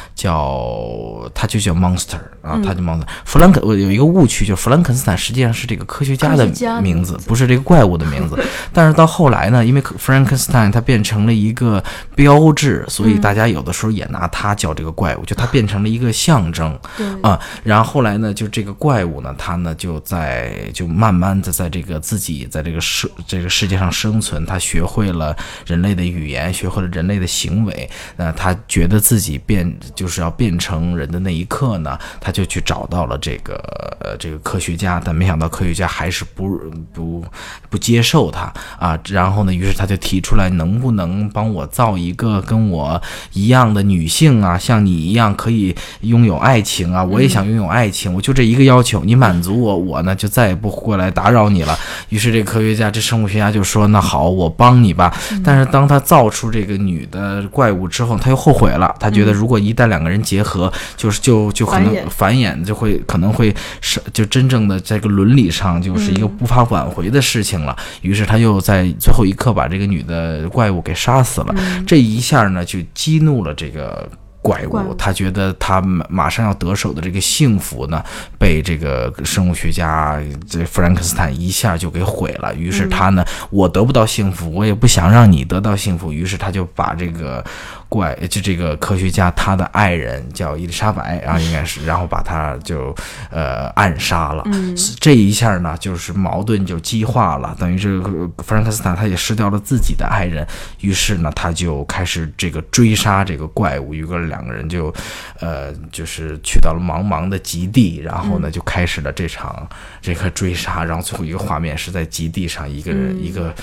Speaker 2: 叫他就叫 monster
Speaker 3: 嗯
Speaker 2: 啊，他就 monster。弗兰肯我有一个误区，就是弗兰肯斯坦实际上是这个科学家的
Speaker 3: 科学家的
Speaker 2: 名字，不是这个怪物的名字。但是到后来呢，因为 Frankenstein 它变成了一个标志，所以大家有的时候也拿它叫这个怪物，就它变成了一个象征啊、然后后来呢，就这个怪物呢，它呢就在就慢慢的在这个自己在这个世这个世界上生存，它学会了人类的语言，学会了人类的行为。那它觉得自己变就是要变成人的那一刻呢，它就去找到了这个、呃、这个科学家，但没想到科学家还是不不不接受他啊。然后呢，于是他就提出来，能不能帮我造一个跟我一样的女性啊，像你一样可以拥有爱情啊？我也想拥有爱情，我就这一个要求，你满足我，我呢就再也不过来打扰你了。于是这科学家，这生物学家就说：“那好，我帮你吧。”但是当他造出这个女的怪物之后，他又后悔了。他觉得如果一旦两个人结合，就是就就可能
Speaker 3: 繁衍
Speaker 2: 繁衍就会可能会是就真正的这个伦理上就是一个无法挽回的事情了。于是他又在最后一刻把这个女的怪物给杀死了。这一下呢，就激怒了这个。怪
Speaker 3: 嗯怪
Speaker 2: 物
Speaker 3: 物，
Speaker 2: 他觉得他马马上要得手的这个幸福呢，被这个生物学家这弗兰克斯坦一下就给毁了。于是他呢，
Speaker 3: 嗯
Speaker 2: 我得不到幸福，我也不想让你得到幸福，于是他就把这个怪，就这个科学家他的爱人叫伊丽莎白啊，应该是，然后把他就呃暗杀
Speaker 3: 嗯
Speaker 2: 了。这一下呢，就是矛盾就激化了，等于这个呃弗兰克斯坦他也失掉了自己的爱人，于是呢，他就开始这个追杀这个怪物，于哥两个人就，呃，就是去到了茫茫的极地，然后呢，就开始了这场这个追杀，然后最后一个画面是在极地上，一个人、一个。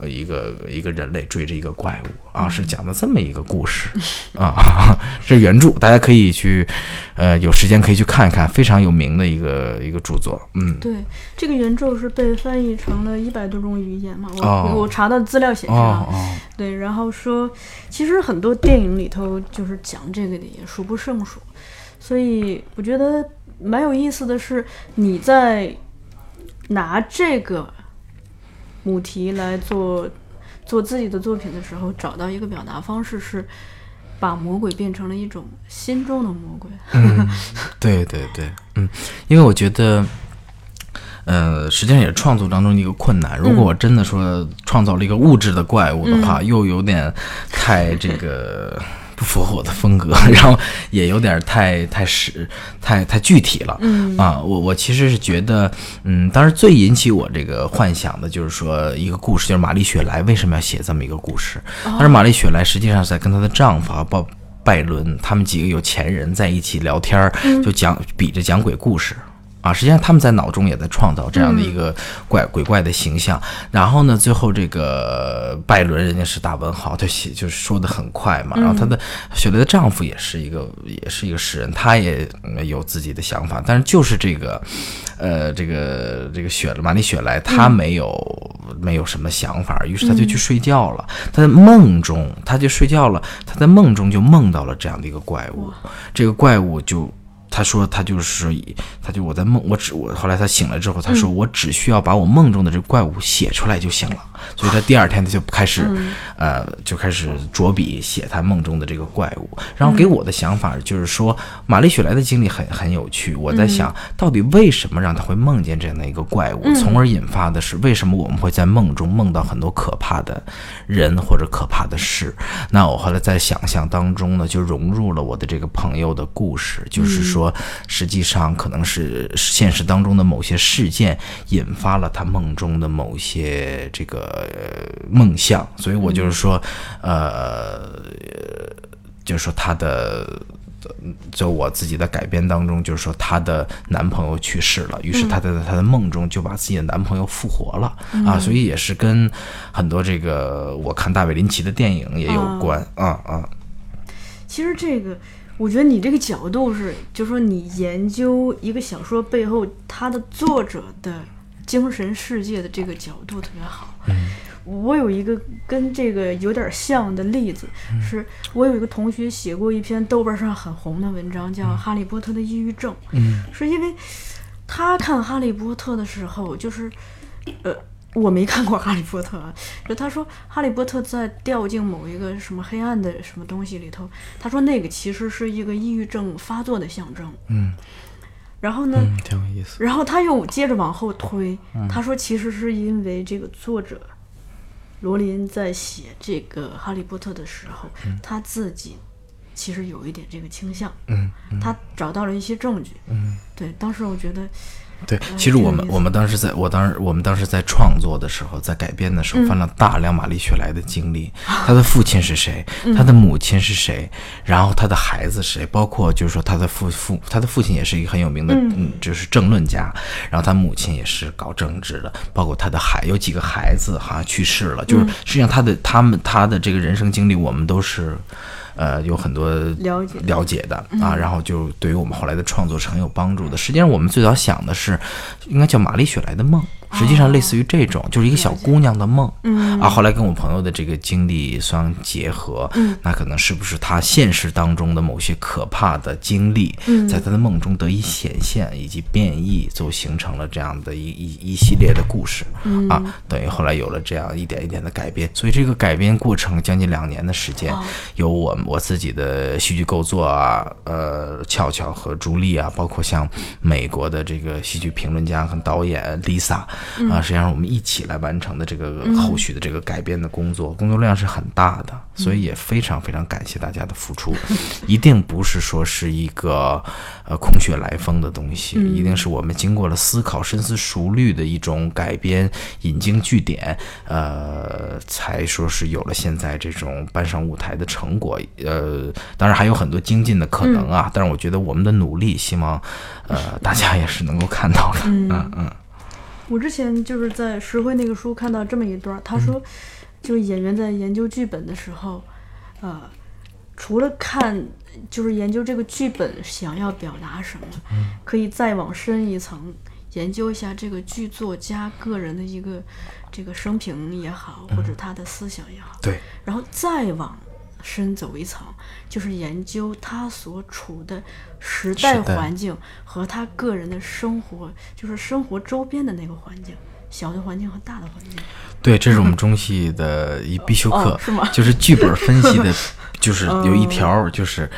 Speaker 2: 呃一个一个人类追着一个怪物啊，是讲的这么一个故事啊， 这是原著，大家可以去，呃，有时间可以去看一看，非常有名的一个一个著作，嗯，
Speaker 3: 对，这个原咒是被翻译成了一百多种语言嘛？我、
Speaker 2: 哦
Speaker 3: 我查到资料显示
Speaker 2: 哦
Speaker 3: 啊，
Speaker 2: 哦，
Speaker 3: 对，然后说，其实很多电影里头就是讲这个的也数不胜数，所以我觉得蛮有意思的是，你在拿这个母题来做做自己的作品的时候，找到一个表达方式是把魔鬼变成了一种心中的魔鬼。
Speaker 2: 对对对，嗯，因为我觉得，呃，实际上也是创作当中的一个困难。如果我真的说创造了一个物质的怪物的话，又有点太这个不符合我的风格， 然后也有点太太实、太太具体了。嗯啊，我我其实是觉得，嗯，当时最引起我这个幻想的就是说一个故事，就是玛丽雪莱为什么要写这么一个故事？但是玛丽雪莱实际上是在跟她的丈夫啊鲍拜伦他们几个有钱人在一起聊天儿，就讲比着讲鬼故事。啊，实际上他们在脑中也在创造这样的一个怪、鬼怪的形象。然后呢，最后这个拜伦人家是大文豪，他写就是说的很快嘛。然后他的雪莱的丈夫也是一个也是一个诗人，他也嗯有自己的想法，但是就是这个，呃，这个这个雪玛丽雪莱她没有、没有什么想法，于是她就去睡觉了。她在梦中，她就睡觉了。她在梦中就梦到了这样的一个怪物，这个怪物就。他说：“他就是，他就我在梦，我只我后来他醒来之后，他说我只需要把我梦中的这个怪物写出来就行了。所以他第二天他就开始，呃，就开始着笔写他梦中的这个怪物。然后给我的想法就是说，玛丽雪莱的经历很很有趣。我在想到底为什么让他会梦见这样的一个怪物，从而引发的是为什么我们会在梦中梦到很多可怕的人或者可怕的事。那我后来在想象当中呢，就融入了我的这个朋友的故事，就是说，实际上可能是现实当中的某些事件引发了他梦中的某些这个、呃梦象，所以我就是说，呃，就是说他的就我自己的改编当中，就是说她的男朋友去世了，于是她在她的梦中就把自己的男朋友复活了、啊，所以也是跟很多这个我看大卫林奇的电影也有关啊啊，
Speaker 3: 其实这个，我觉得你这个角度是，就说你研究一个小说背后它的作者的精神世界的这个角度特别好。
Speaker 2: 嗯
Speaker 3: 我有一个跟这个有点像的例子，
Speaker 2: 嗯
Speaker 3: 是我有一个同学写过一篇豆瓣上很红的文章，叫《哈利波特的抑郁症》。
Speaker 2: 嗯，
Speaker 3: 是因为他看《哈利波特》的时候，就是，呃，我没看过《哈利波特》啊。 就他说，《哈利波特》在掉进某一个什么黑暗的什么东西里头，他说那个其实是一个抑郁症发作的象征。
Speaker 2: 嗯，
Speaker 3: 然后呢，
Speaker 2: 嗯，挺有意思，嗯
Speaker 3: 然后他又接着往后推，他说其实是因为这个作者罗琳在写这个《哈利波特》的时候，他自己其实有一点这个倾向，
Speaker 2: 嗯。
Speaker 3: 他找到了一些证据。嗯，对，当时我觉得，
Speaker 2: 对，其实我们
Speaker 3: 嗯挺有意思
Speaker 2: 我们当时在我当时我们当时在创作的时候，在改编的
Speaker 3: 嗯
Speaker 2: 时候，翻了大量玛丽雪莱的经历，她的父亲是谁，
Speaker 3: 嗯
Speaker 2: 她的母亲是谁，然后她的孩子是谁，包括就是说她的父父，她的父亲也是一个很有名的，嗯，就是政论家，然后她母亲也是搞政治的，包括她的孩有几个孩子好像去世了，
Speaker 3: 嗯
Speaker 2: 就是实际上她的他们她的这个人生经历，我们都是。呃，有很多
Speaker 3: 了解
Speaker 2: 了解的啊，然后就对于我们后来的创作是很有帮助的。实际上，我们最早想的是，应该叫玛丽雪莱的梦，实际上类似于这种，就是一个小姑娘的梦。哦嗯啊，后来跟我朋友的这个经历相结合，嗯，那可能是不是她现实当中的某些可怕的经历，在她的梦中得以显现以及变异，就形成了这样的一一一系列的故事、啊，等于后来有了这样一点一点的改编。所以这个改编过程将近两年的时间，有我我自己的戏剧构作啊，呃，俏俏和朱莉啊，包括像美国的这个戏剧评论家和导演 Lisa 啊、实际上我们一起来完成的这个后续的这个改编的工作，工作量是很大的，所以也非常非常感谢大家的付出， 一定不是说是一个呃空穴来风的东西，一定是我们经过了思考、深思熟虑的一种改编，引经据典，呃，才说是有了现在这种搬上舞台的成果。呃，当然还有很多精进的可能
Speaker 3: 嗯
Speaker 2: 啊，但是我觉得我们的努力，希望呃大家也是能够看到的。嗯嗯
Speaker 3: 我之前就是在石灰那个书看到这么一段儿，他说，就演员在研究剧本的时候，呃，除了看就是研究这个剧本想要表达什么，可以再往深一层研究一下这个剧作家个人的一个这个生平也好，或者他的思想也好，
Speaker 2: 对，
Speaker 3: 然后再往深走一层，就是研究他所处的时代
Speaker 2: 时代
Speaker 3: 环境和他个人的生活，就是生活周边的那个环境，小的环境和大的环境。
Speaker 2: 对，这是我们中戏的一必修课，
Speaker 3: 哦是吗哦
Speaker 2: 就是剧本分析 的，就是有一条儿就是。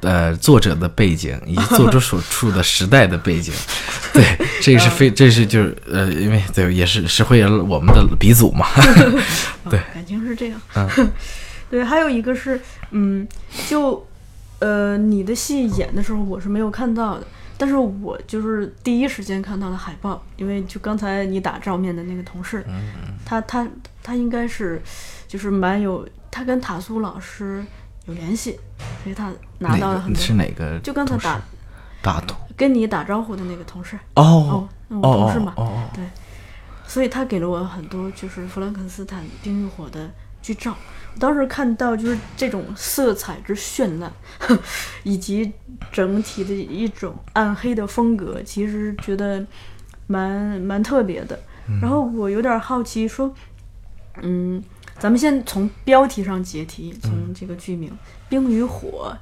Speaker 2: 呃，作者的背景以及作者所处的时代的 背景，对，这
Speaker 3: 嗯
Speaker 2: 个是非，这是就是呃，因为对，也是石灰人我们的鼻祖嘛，对
Speaker 3: 啊，感情是这样。
Speaker 2: 嗯
Speaker 3: 对，还有一个是，嗯，就呃，你的戏演的时候我是没有看到的，但是我就是第一时间看到了海报，因为就刚才你打照面的那个同事，
Speaker 2: 嗯
Speaker 3: 他他他应该是就是蛮有，他跟塔苏老师有联系，所以他 拿
Speaker 2: 哪
Speaker 3: 到 了
Speaker 2: 个
Speaker 3: 很多。
Speaker 2: 是哪个同事？
Speaker 3: 就刚才打
Speaker 2: 大同
Speaker 3: 跟你打招呼的那个同事，
Speaker 2: 哦
Speaker 3: 那
Speaker 2: 哦
Speaker 3: 我同事
Speaker 2: 哦
Speaker 3: 嘛
Speaker 2: 哦哦，
Speaker 3: 对，所以他给了我很多就是弗兰肯斯坦《冰与火》的剧照。我当时看到就是这种色彩之绚烂， 以及整体的一种暗黑的风格，其实觉得蛮蛮特别的。然后我有点好奇说，嗯，咱们先从标题上解题，从这个剧名《冰与火》，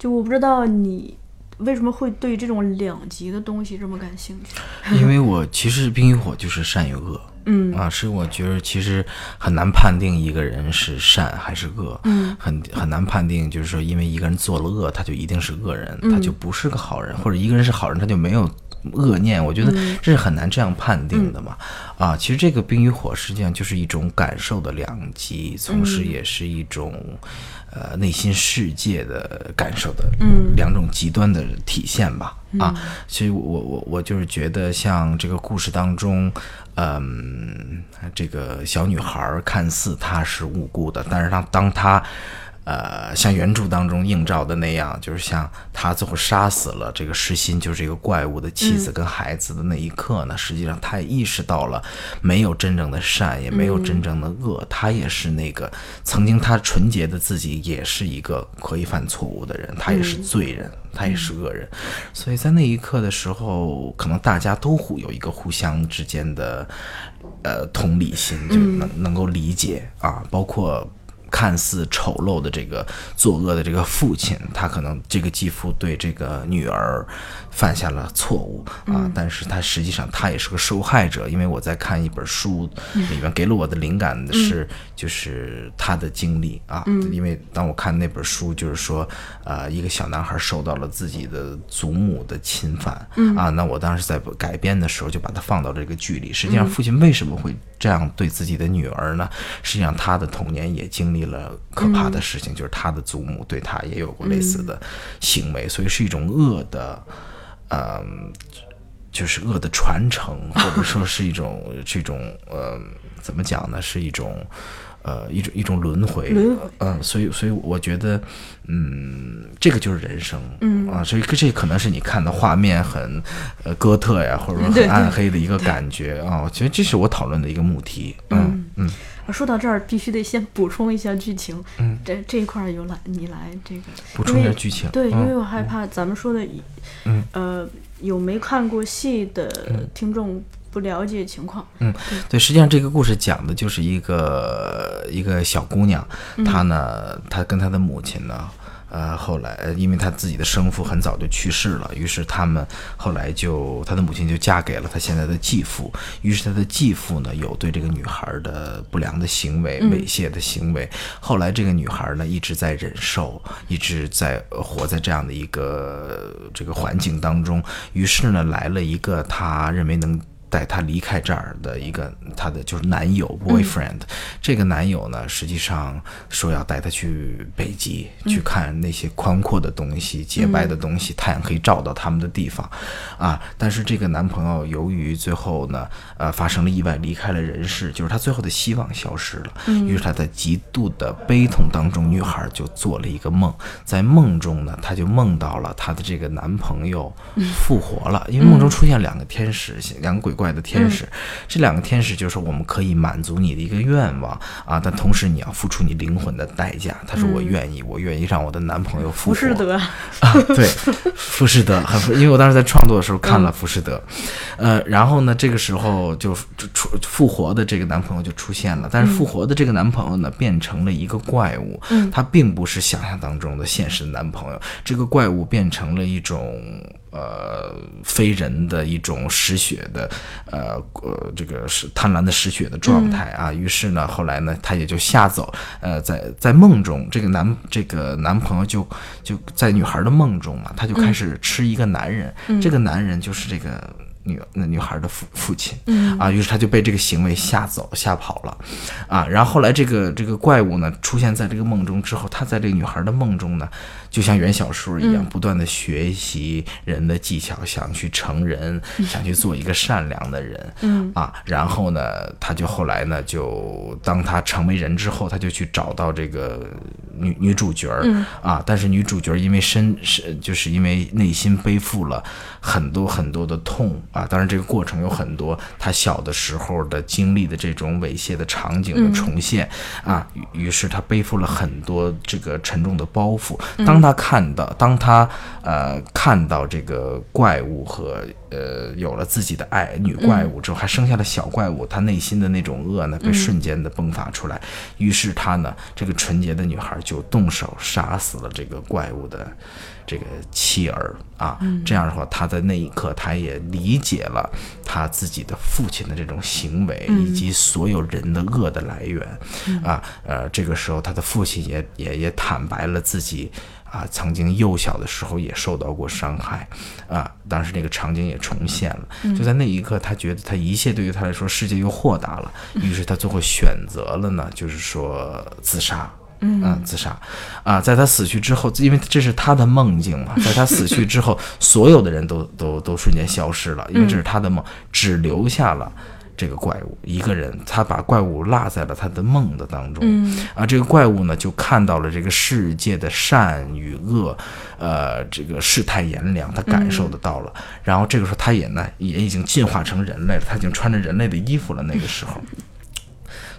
Speaker 3: 就我不知道你为什么会对这种两极的东西这么感兴趣。
Speaker 2: 因为我其实冰与火就是善与恶，
Speaker 3: 嗯
Speaker 2: 啊，是我觉得其实很难判定一个人是善还是恶，
Speaker 3: 嗯，
Speaker 2: 很很难判定，就是说因为一个人做了恶，他就一定是恶人，
Speaker 3: 嗯
Speaker 2: 他就不是个好人，或者一个人是好人，他就没有。恶念，我觉得
Speaker 3: 嗯
Speaker 2: 这是很难这样判定的嘛。啊，其实这个冰与火实际上就是一种感受的两极，
Speaker 3: 嗯
Speaker 2: 同时也是一种、呃内心世界的感受的
Speaker 3: 嗯
Speaker 2: 两种极端的体现吧。啊，所以我我我就是觉得像这个故事当中，嗯，这个小女孩儿看似她是无辜的，但是她当她。呃，像原著当中映照的那样，就是像他最后杀死了这个石心，就是这个怪物的妻子跟孩子的那一刻呢，实际上他也意识到了，没有真正的善，也没有真正的恶，他也是那个曾经他纯洁的自己，也是一个可以犯错误的人，他也是罪人，他也是恶人，所以在那一刻的时候，可能大家都互有一个互相之间的。呃，同理心就能能够理解啊，包括看似丑陋的这个作恶的这个父亲，他可能这个继父对这个女儿犯下了错误啊，但是他实际上他也是个受害者，因为我在看一本书，里面给了我的灵感的是就是他的经历啊，因为当我看那本书，就是说呃，一个小男孩受到了自己的祖母的侵犯啊，那我当时在改编的时候就把它放到这个剧里，实际上父亲为什么会这样对自己的女儿呢？实际上他的童年也经历了可怕的事情，就是他的祖母对他也有过类似的行为，所以是一种恶的，嗯、就是恶的传承，或者说是一种这种呃，怎么讲呢？是一种呃一种一种轮回。
Speaker 3: 轮回
Speaker 2: 嗯，所以所以我觉得，嗯，这个就是人生。嗯啊，所以这可能是你看的画面很呃哥特呀，或者说
Speaker 3: 对
Speaker 2: 很暗黑的一个感觉啊。我觉得这是我讨论的一个母题。嗯嗯
Speaker 3: 说到这儿，必须得先补充一下剧情。嗯，这这一块儿由来你来这个
Speaker 2: 补充一下剧情
Speaker 3: 对，因
Speaker 2: 嗯
Speaker 3: 为我害怕咱们说的，
Speaker 2: 嗯
Speaker 3: 呃，有没看过戏的听众不了解情况。
Speaker 2: 嗯，对，实际上这个故事讲的就是一个一个小姑娘，她呢，她跟她的母亲呢，呃，后来呃因为她自己的生父很早就去世了，于是他们后来就她的母亲就嫁给了她现在的继父，于是她的继父呢有对这个女孩的不良的行为、猥亵的行为，后来这个女孩呢一直在忍受，一直在呃活在这样的一个呃这个环境当中，于是呢来了一个她认为能。带她离开这儿的一个她的就是男友 boyfriend，、这个男友呢，实际上说要带她去北极、去看那些宽阔的东西、洁白的东西，太阳可以照到他们的地方，啊，但是这个男朋友由于最后呢，呃，发生了意外，离开了人世，就是他最后的希望消失了，于是他在极度的悲痛当中，女孩就做了一个梦，在梦中呢，她就梦到了她的这个男朋友复活了，因为梦中出现两个天使，两个鬼怪的天使，这两个天使就说我们可以满足你的一个愿望啊，但同时你要付出你灵魂的代价。她说我愿意，我愿意让我的男朋友复活。
Speaker 3: 浮士德，
Speaker 2: 啊，对，浮士德很，因为我当时在创作的时候看了浮士德，呃，然后呢，这个时候就就出复活的这个男朋友就出现了，但是复活的这个男朋友呢，变成了一个怪物，他并不是想象当中的现实的男朋友，这个怪物变成了一种。呃，非人的一种嗜血的，呃呃，这个是贪婪的嗜血的状态啊。于是呢，后来呢，她也就吓走，呃，在在梦中，这个男这个男朋友就就在女孩的梦中嘛，他就开始吃一个男人，这个男人就是这个女那女孩的父父亲，啊，于是他就被这个行为吓走吓跑了，啊，然后后来这个这个怪物呢出现在这个梦中之后，他在这个女孩的梦中呢，就像原小说一样，不断的学习人的技巧，想去成人，想去做一个善良的人，啊，然后呢，他就后来呢，就当他成为人之后，他就去找到这个女女主角儿、啊，但是女主角儿因为身是就是因为内心背负了很多很多的痛啊，当然这个过程有很多她小的时候的经历的这种猥亵的场景的重现、啊，于于是她背负了很多这个沉重的包袱。当她看到，当她呃看到这个怪物和呃有了自己的爱女怪物之后，还生下了小怪物，她内心的那种恶呢，被瞬间的迸发出来。于是她呢，这个纯洁的女孩就动手杀死了这个怪物的这个妻儿啊。这样的话，她在那一刻，她也理解了她自己的父亲的这种行为，以及所有人的恶的来源啊。呃，这个时候，她的父亲也也也坦白了自己。啊，曾经幼小的时候也受到过伤害，啊，当时那个场景也重现了。就在那一刻，他觉得他一切对于他来说，世界又豁达了，于是他最后选择了呢，就是说自杀。嗯，自杀，啊，在他死去之后，因为这是他的梦境嘛，在他死去之 后，所有的人都都都瞬间消失了，因为这是他的梦，只留下了。这这个怪物，一个人，他把怪物落在了他的梦的当中。
Speaker 3: 嗯
Speaker 2: 啊，这个怪物呢，就看到了这个世界的善与恶，呃，这个世态炎凉，他感受得到了。然后这个时候，他也呢，也已经进化成人类了，他已经穿着人类的衣服了。那个时候，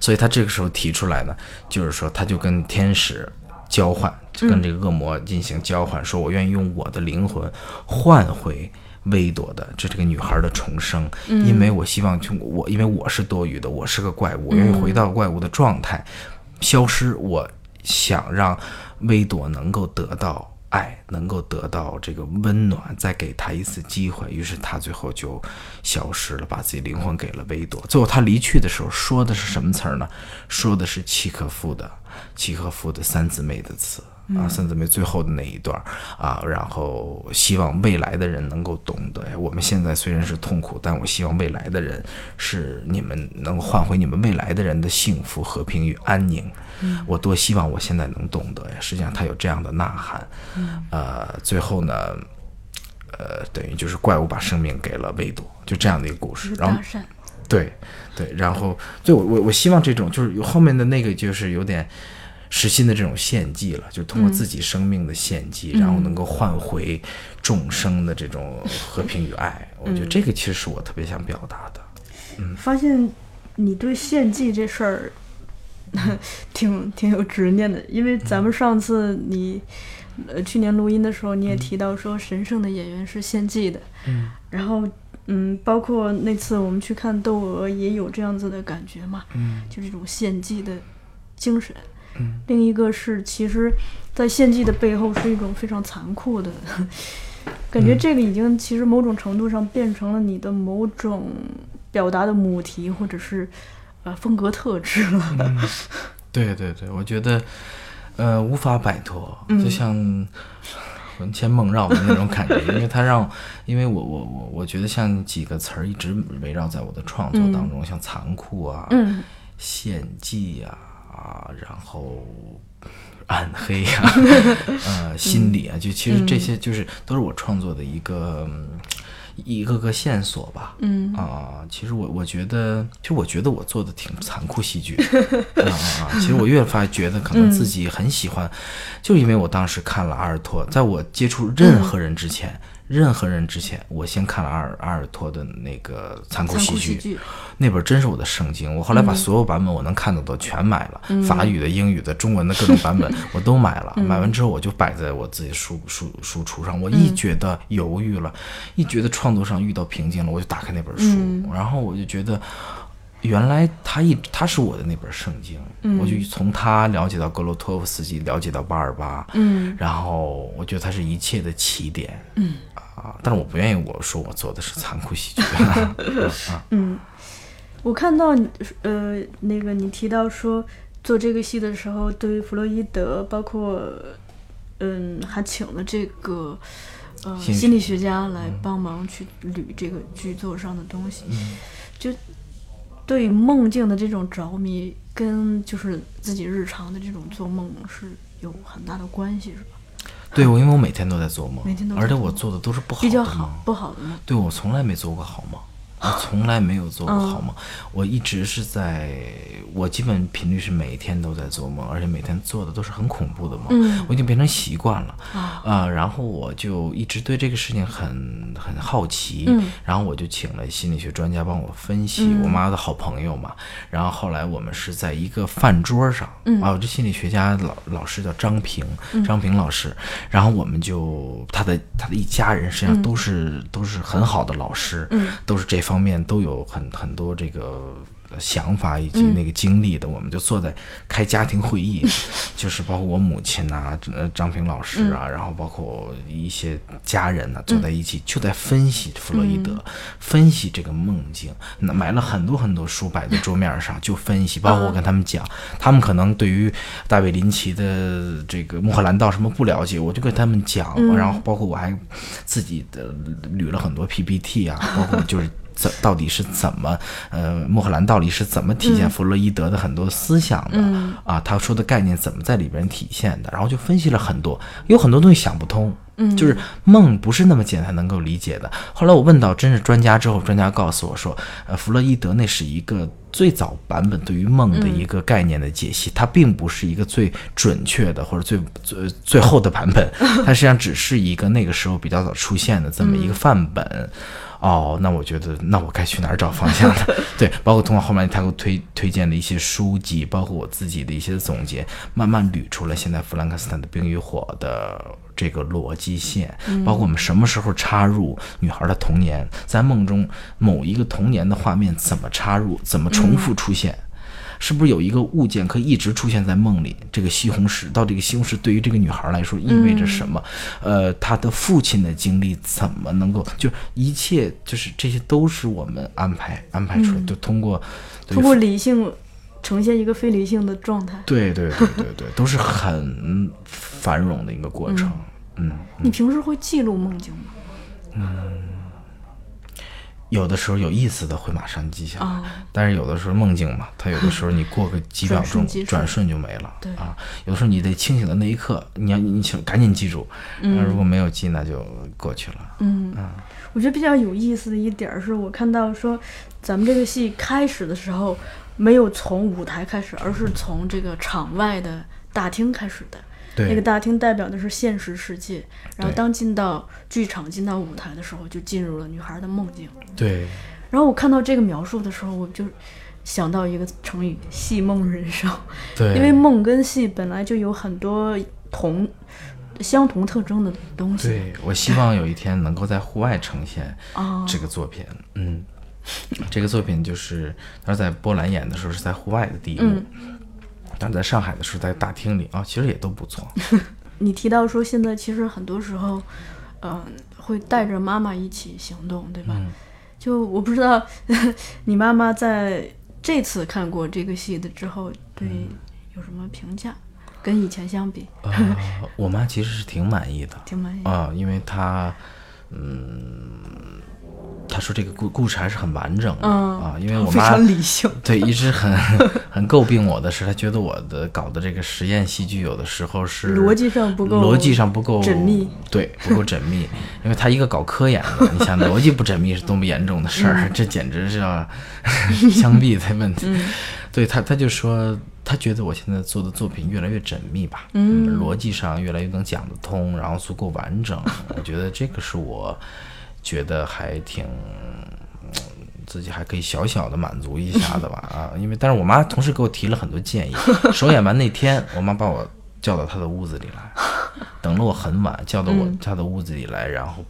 Speaker 2: 所以他这个时候提出来呢，就是说，他就跟天使交换，就跟这个恶魔进行交换，说我愿意用我的灵魂换回。薇朵的，这这个女孩的重生，因为我希望就我，因为我是多余的，我是个怪物，我愿意回到怪物的状态，消失。我想让薇朵能够得到爱，能够得到这个温暖，再给她一次机会。于是她最后就消失了，把自己灵魂给了薇朵。最后她离去的时候说的是什么词儿呢？说的是契诃夫的契诃夫的三姊妹的词。啊，三姊妹最后的那一段儿啊，然后希望未来的人能够懂得，哎我们现在虽然是痛苦，但我希望未来的人是你们能换回你们未来的人的幸福、和平与安宁。我多希望我现在能懂得呀！实际上，他有这样的呐喊。呃，最后呢，呃，等于就是怪物把生命给了维多，就这样的一个故事。然后
Speaker 3: 搭讪，
Speaker 2: 对对，然后对我我我希望这种就是有后面的那个就是有点实心的这种献祭了，就通过自己生命的献祭，然后能够换回众生的这种和平与爱。我觉得这个其实是我特别想表达的。
Speaker 3: 发现你对献祭这事儿 挺挺有执念的，因为咱们上次你呃去年录音的时候，你也提到说神圣的演员是献祭的，
Speaker 4: 嗯，
Speaker 3: 然后嗯，包括那次我们去看窦娥也有这样子的感觉嘛，
Speaker 4: 嗯，
Speaker 3: 就这种献祭的精神。
Speaker 4: 嗯
Speaker 3: 另一个是，其实，在献祭的背后是一种非常残酷的感觉，这个已经其实某种程度上变成了你的某种表达的母题或者是呃风格特质了。
Speaker 2: 对对对，我觉得呃无法摆脱，
Speaker 3: 嗯
Speaker 2: 就像魂牵梦绕的那种感 觉，因为它让，因为我我我我觉得像几个词儿一直围绕在我的创作当中，像残酷啊，
Speaker 3: 嗯
Speaker 2: 献祭呀、啊，然后暗黑呀、 呃，心理啊，就其
Speaker 3: 嗯
Speaker 2: 实这些就是都是我创作的一个、嗯一个个线索吧。
Speaker 3: 嗯
Speaker 2: 啊、其实我我觉得，其实我觉得我做的挺残酷戏剧的啊啊啊！其实我越发觉得，可能自己很喜欢，就因为我当时看了阿尔托，在我接触任何人之前，任何人之前，我先看了阿尔阿尔托的那个残酷
Speaker 3: 残
Speaker 2: 戏
Speaker 3: 酷喜
Speaker 2: 剧，嗯
Speaker 3: 剧，
Speaker 2: 那本真是我的圣经。我后来把所有版本我能看到的全买了，法语的、英语的、中文的各种版 本我都买了。买完之后我就摆在我自己书书书橱上。我一觉得犹豫了，一觉得创作上遇到瓶颈了，我就打开那本书，然后我就觉得。原来他一他是我的那本圣经，
Speaker 3: 嗯
Speaker 2: 我就从他了解到格罗托夫斯基，了解到巴尔巴，
Speaker 3: 嗯
Speaker 2: 然后我觉得它是一切的起点，
Speaker 3: 嗯
Speaker 2: 啊，但是我不愿意我说我做的是残酷喜剧， 啊
Speaker 3: 嗯，我看到你呃那个你提到说做这个戏的时候，对于弗洛伊德，包括嗯还请了这个。呃，
Speaker 2: 心理
Speaker 3: 心理学家来帮忙去捋这个剧作上的东西，
Speaker 2: 嗯
Speaker 3: 就对梦境的这种着迷，跟就是自己日常的这种做梦是有很大的关系，是吧？
Speaker 2: 对，我因为我每天都在做梦，
Speaker 3: 每天都在
Speaker 2: 而且
Speaker 3: 做
Speaker 2: 我做的都是不好的
Speaker 3: 比
Speaker 2: 梦。
Speaker 3: 较好不好的梦，
Speaker 2: 对我从来没做过好梦，我从来没有做过好
Speaker 3: 嗯
Speaker 2: 梦。我一直是在，我基本频率是每天都在做梦，而且每天做的都是很恐怖的梦。
Speaker 3: 嗯
Speaker 2: 我已经变成习惯了。
Speaker 3: 啊
Speaker 2: 呃，然后我就一直对这个事情很很好奇，
Speaker 3: 嗯
Speaker 2: 然后我就请了心理学专家帮我分析。我妈的好朋友嘛，然后后来我们是在一个饭桌上，
Speaker 3: 嗯
Speaker 2: 啊，我这心理学家老老师叫张平，张平老师，然后我们就他的他的一家人实际上都是、都是很好的老师，
Speaker 3: 嗯
Speaker 2: 都是这方面都有很很多这个呃想法以及那个经历的，我们就坐在开家庭会议， 就是包括我母亲呐、呃张平老师啊，然后包括一些家人呐、坐在一起就在分析弗洛伊德，分析这个梦境，那买了很多很多书摆在桌面上就分析，包括我跟他们讲，他们可能对于大卫林奇的这个穆赫兰道什么不了解，我就给他们讲，然后包括我还自己的捋了很多 PPT 啊，包括就是怎到底是怎么，呃，穆赫兰到底是怎么体现弗洛伊德的很多思想的、啊？他说的概念怎么在里边体现的？然后就分析了很多，有很多东西想不通。嗯，就是梦不是那么简单能够理解的。后来我问到真是专家之后，专家告诉我说，呃，弗洛伊德那是一个最早版本对于梦的一个概念的解析，它并不是一个最准确的或者最最最后的版本，它实际上只是一个那个时候比较早出现的这么一个范本。哦，那我觉得，那我该去哪儿找方向呢？对，包括通过后面他给我推推荐的一些书籍，包括我自己的一些总结，慢慢捋出了现在弗兰克斯坦的《冰与火》的这个逻辑线，包括我们什么时候插入女孩的童年，在梦中某一个童年的画面怎么插入，怎么重复出现。是不是有一个物件可以一直出现在梦里？这个西红柿到这个西红柿对于这个女孩来说意味着什么？
Speaker 3: 嗯
Speaker 2: 呃，她的父亲的经历怎么能够就一切就是这些都是我们安排安排出来，就通过对于
Speaker 3: 嗯通过理性呈现一个非理性的状态。
Speaker 2: 对对对对对，都是很繁荣的一个过程。嗯，
Speaker 3: 你平时会记录梦境吗？
Speaker 2: 有的时候有意思的会马上记下来，
Speaker 3: 哦
Speaker 2: 但是有的时候梦境嘛，它有的时候你过个几秒
Speaker 3: 转瞬
Speaker 2: 钟，
Speaker 3: 即逝
Speaker 2: 转瞬就没了。
Speaker 3: 对
Speaker 2: 啊，有的时候你得清醒的那一刻，你要你请赶紧记住，那如果没有记，那就过去了。
Speaker 3: 嗯，我觉得比较有意思的一点儿是我看到说，咱们这个戏开始的时候没有从舞台开始，而是从这个场外的大厅开始的。
Speaker 2: 对，
Speaker 3: 那个大厅代表的是现实世界，然后
Speaker 2: 对
Speaker 3: 当进到剧场、进到舞台的时候，就进入了女孩的梦境。
Speaker 2: 对，
Speaker 3: 然后我看到这个描述的时候，我就想到一个成语“戏梦人生”，
Speaker 2: 对，
Speaker 3: 因为梦跟戏本来就有很多同相同特征的东西。
Speaker 2: 对我希望有一天能够在户外呈现
Speaker 3: 哦
Speaker 2: 这个作品。嗯，这个作品就是当时在波兰演的时候是在户外的第一幕，
Speaker 3: 嗯
Speaker 2: 当时在上海的时候在大厅里啊、其实也都不 错。
Speaker 3: 你提到说现在其实很多时候，嗯、会带着妈妈一起行动，对
Speaker 2: 嗯
Speaker 3: 吧？就我不知道 你妈妈在这次看过这个戏的之后，
Speaker 2: 嗯
Speaker 3: 对有什么评价？跟以前相比，
Speaker 2: 呃，我妈其实是挺满意的，
Speaker 3: 挺满意。
Speaker 2: 啊、因为他，嗯，他说这个故故事还是很完整的、啊，因为我
Speaker 3: 嗯哦非
Speaker 2: 妈
Speaker 3: 常理性，
Speaker 2: 对一直很很诟病我的是，她觉得我的搞的这个实验戏剧有的时候是
Speaker 3: 逻辑上不够
Speaker 2: 逻辑上不够
Speaker 3: 缜密，
Speaker 2: 对，不够缜密，因为他一个搞科研的，你想逻辑不缜密是多么严重的事
Speaker 3: 嗯
Speaker 2: 儿，这简直是 要枪毙的问题。对他，他就说他觉得我现在做的作品越来越缜密吧，嗯，逻辑上越来越能讲得通，然后足够完整，我觉得这个是我觉得还挺。自己还可以小小的满足一下的吧啊，因为但是我妈同时给我提了很多建议。 首演完那天，我妈把我叫到她的屋子里来，等了我很晚，叫到
Speaker 3: 嗯
Speaker 2: 我她的屋子里来，然后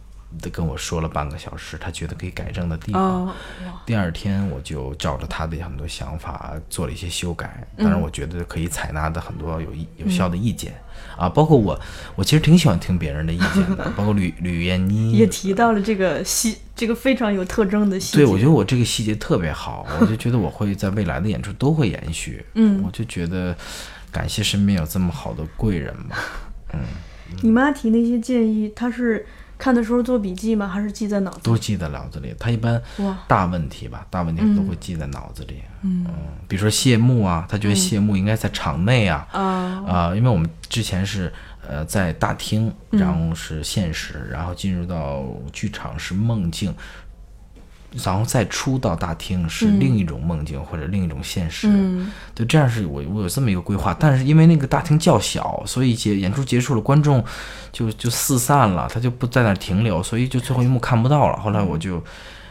Speaker 2: 跟我说了半个小时，她觉得可以改正的地方。
Speaker 3: 哦
Speaker 2: 第二天我就照着她的很多想法做了一些修改，当
Speaker 3: 嗯
Speaker 2: 然我觉得可以采纳的很多有意有效的意见、啊，包括我，我其实挺喜欢听别人的意见 的，包括吕吕燕妮啊
Speaker 3: 也提到了这个戏，这个非常有特征的戏。
Speaker 2: 对，我觉得我这个细节特别好，我就觉得我会在未来的演出都会延续。嗯，我就觉得感谢身边有这么好的贵人吧。
Speaker 3: 你妈提那些建议，她是看的时候做笔记吗？还是记在脑子里？
Speaker 2: 都记在脑子里。他一般
Speaker 3: 哇
Speaker 2: 大问题吧，大问题都会记在脑子里。嗯，比如说谢幕啊，他觉得谢幕应该在场内啊，啊、因为我们之前是呃在大厅，然后是现实，然后进入到剧场是梦境。然后再出到大厅是另一种梦境或者另一种现实，对，这样是我我有这么一个规划，但是因为那个大厅较小，所以结演出结束了，观众就就四散了，他就不在那儿停留，所以就最后一幕看不到了。后来我就，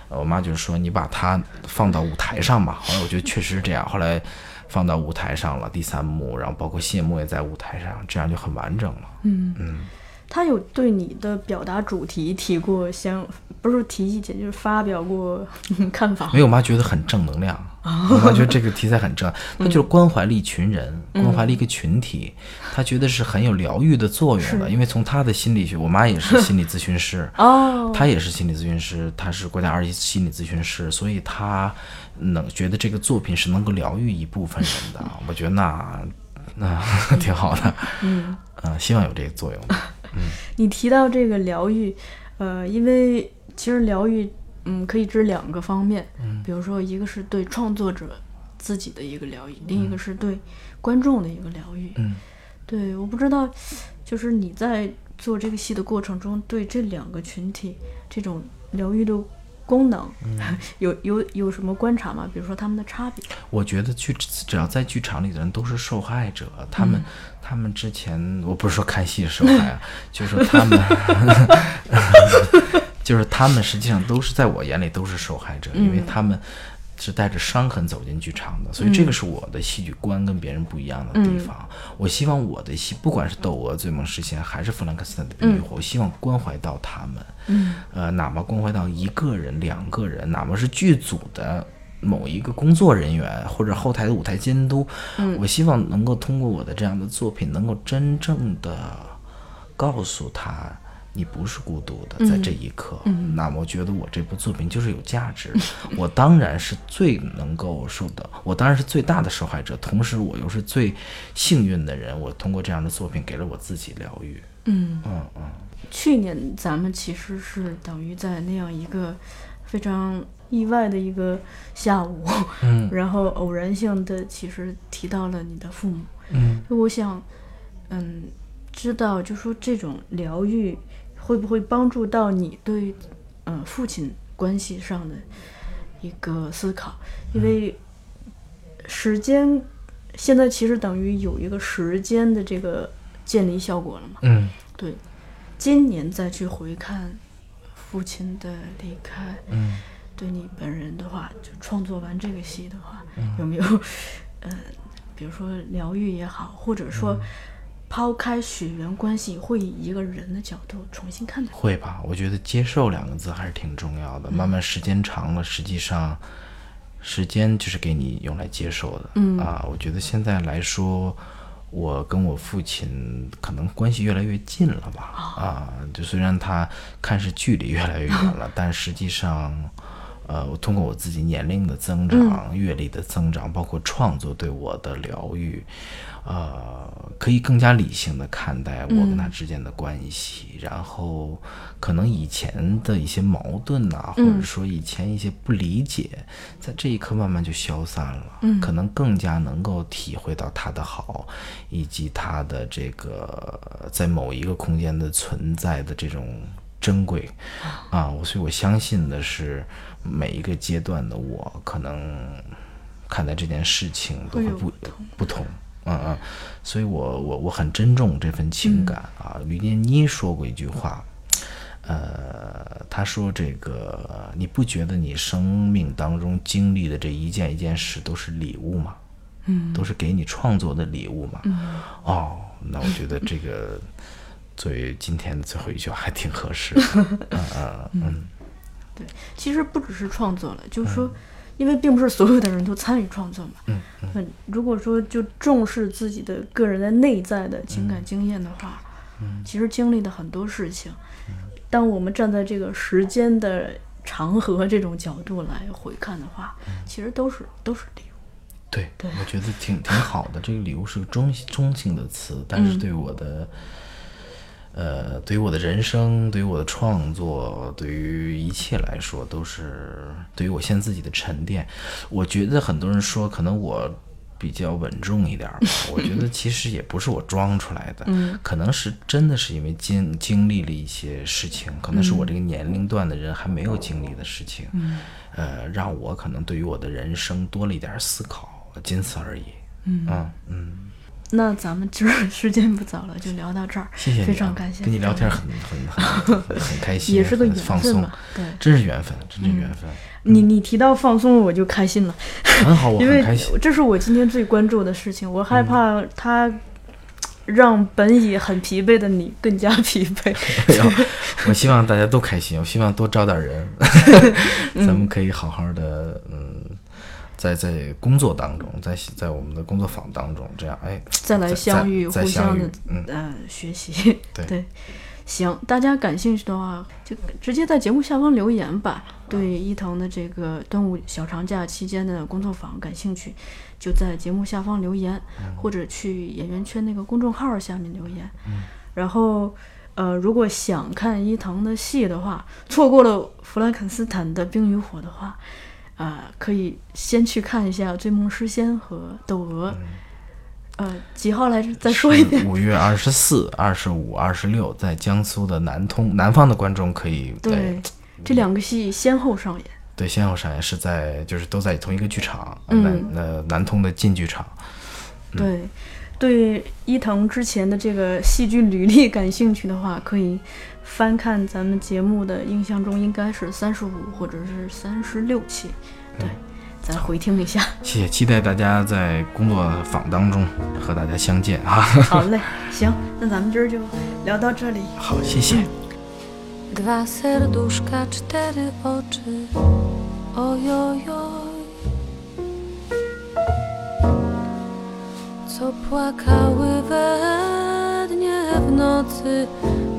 Speaker 2: 呃我妈就说你把它放到舞台上吧。后来我觉得确实是这样，后来放到舞台上了第三幕，然后包括谢幕也在舞台上，这样就很完整了。
Speaker 3: 她有对你的表达主题提过相，不是提意见，就是发表过 看法
Speaker 2: 没。有，我妈觉得很正能量。我妈觉得这个题材很正，她就是关怀了一群人，关怀了一个群体，她觉得是很有疗愈的作用的。因为从她的心理学，我妈也是心理咨询师，
Speaker 3: 哦，
Speaker 2: 她也是心理咨询师，她是国家二级心理咨询师，所以她能觉得这个作品是能够疗愈一部分人的。我觉得那那 挺好的，嗯，呃，希望有这个作用吧。
Speaker 3: 你提到这个疗愈，呃，因为其实疗愈嗯，可以指两个方面，比如说一个是对创作者自己的一个疗愈，另一个是对观众的一个疗愈。
Speaker 2: 嗯，
Speaker 3: 对，我不知道，就是你在做这个戏的过程中，对这两个群体这种疗愈的功能， 有有有什么观察吗？比如说他们的差别？
Speaker 2: 我觉得剧只要在剧场里的人都是受害者，他们、他们之前我不是说看戏受害啊， 就是说他们，就是他们实际上都是在我眼里都是受害者，因为他们是带着伤痕走进剧场的，所以这个是我的戏剧观跟别人不一样的地方。我希望我的戏，不管是《窦娥》《醉梦诗仙》还是《弗兰克斯坦的冰与火》，我希望关怀到他们，嗯，呃，哪怕关怀到一个人、两个人，哪怕是剧组的。某一个工作人员或者后台的舞台监督，我希望能够通过我的这样的作品，能够真正的告诉他，你不是孤独的，在这一刻。那么，我觉得我这部作品就是有价值 的。我当然是最能够受到，我当然是最大的受害者，同时我又是最幸运的人。我通过这样的作品，给了我自己疗愈。
Speaker 3: 嗯，
Speaker 2: 嗯嗯。
Speaker 3: 去年咱们其实是等于在那样一个非常意外的一个下午，
Speaker 2: 嗯
Speaker 3: 然后偶然性的其实提到了你的父母。
Speaker 2: 嗯
Speaker 3: 就我想，嗯，知道就说这种疗愈会不会帮助到你对，嗯，父亲关系上的一个思考，
Speaker 2: 嗯
Speaker 3: 因为时间现在其实等于有一个时间的这个建立效果了嘛。
Speaker 2: 嗯
Speaker 3: 对，今年再去回看父亲的离开，
Speaker 2: 嗯，
Speaker 3: 对你本人的话，就创作完这个戏的话，有没有，呃，比如说疗愈也好，或者说抛开血缘关系，会以一个人的角度重新看待，
Speaker 2: 会吧？我觉得“接受”两个字还是挺重要的。慢慢时间长了，实际上时间就是给你用来接受的。嗯啊，我觉得现在来说，我跟我父亲可能关系越来越近了吧？啊，就虽然他看似距离越来越远了，但实际上。呃，我通过我自己年龄的增长、阅历的增长，包括创作对我的疗愈，呃，可以更加理性的看待我跟他之间的关系，然后可能以前的一些矛盾呐、或者说以前一些不理解，在这一刻慢慢就消散了，可能更加能够体会到他的好，以及他的这个呃在某一个空间的存在的这种珍贵啊，我所以我相信的是，每一个阶段的我可能看待这件事情都
Speaker 3: 会
Speaker 2: 会
Speaker 3: 有
Speaker 2: 不
Speaker 3: 不同
Speaker 2: 不同，嗯嗯，所以我我我很珍重这份情感啊。于连妮说过一句话，呃，她说这个你不觉得你生命当中经历的这一件一件事都是礼物吗？嗯，都是给你创作的礼物嘛。嗯，哦，那我觉得这个 作为今天的最后一句话还挺合适的。嗯
Speaker 3: 对，其实不只是创作了，就是说。因为并不是所有的人都参与创作嘛，嗯，如果说就重视自己的个人的内在的情
Speaker 2: 嗯
Speaker 3: 感经验的话，其实经历的很多事情，
Speaker 2: 嗯
Speaker 3: 当我们站在这个时间的长河这种角度来回看的话，
Speaker 2: 嗯
Speaker 3: 其实都是都是礼物。
Speaker 2: 对，我觉得挺挺好的。这个礼物是个中性中性的词，但是对我的，呃，对于我的人生，对于我的创作，对于一切来说，都是对于我现在自己的沉淀。我觉得很多人说，可能我比较稳重一点儿吧。我觉得其实也不是我装出来的，可能是真的是因为经经历了一些事情，可能是我这个年龄段的人还没有经历的事情，呃，让我可能对于我的人生多了一点儿思考，仅此而已。嗯嗯，
Speaker 3: 那咱们今儿时间不早了，就聊到这儿，
Speaker 2: 谢谢你、啊，
Speaker 3: 非常感谢
Speaker 2: 跟你聊天
Speaker 3: 张
Speaker 2: 很很很很开心，
Speaker 3: 也是个
Speaker 2: 很
Speaker 3: 缘
Speaker 2: 放
Speaker 3: 分
Speaker 2: 松
Speaker 3: 嘛，，对。
Speaker 2: 真是缘分，真是缘分，
Speaker 3: 你你提到放松，我就开心了，
Speaker 2: 很好，我
Speaker 3: 因
Speaker 2: 很
Speaker 3: 为
Speaker 2: 开 心。嗯
Speaker 3: 这是我今天最关注的事情。我害怕他让本已很疲惫的你更加 疲惫。
Speaker 2: 然后我希望大家都开心，我希望多招点 人，
Speaker 3: 嗯
Speaker 2: 咱们可以好好的，嗯，在在工作当中，在在我们的工作坊当中，这样，哎，
Speaker 3: 再来相遇，
Speaker 2: 再
Speaker 3: 互相
Speaker 2: 再相
Speaker 3: 的
Speaker 2: 遇嗯
Speaker 3: 呃学习。
Speaker 2: 对
Speaker 3: 行，大家感兴趣的话，就直接在节目下方留言吧。对伊藤的这个端午小长假期间的工作坊感兴趣，就在节目下方留言，或者去演员圈那个公众号下面留言。然后，呃，如果想看伊藤的戏的话，错过了《弗兰肯斯坦的冰与火》的话，啊、可以先去看一下《追梦诗仙》和《窦娥》呃，几号来着？再说一遍。
Speaker 2: 五月二十四、二十五、二十六，在江苏的南通，南方的观众可以在
Speaker 3: 对，这两个戏先后上演。
Speaker 2: 对，先后上演是在就是都在同一个剧场，
Speaker 3: 嗯
Speaker 2: 南呃南通的进剧场。
Speaker 3: 对，对伊藤之前的这个戏剧履历感兴趣的话，可以翻看咱们节目的印象中应该是三十五或者是三十六期，对，咱回听一下。
Speaker 2: 谢谢，期待大家在工作坊当中和大家相见啊！
Speaker 3: 好嘞，行，那咱们今儿就聊到这里。
Speaker 2: 好，谢谢。
Speaker 5: Dwa serduszka, cztery oczy, ojojoj. Co płakały we dnie w nocy,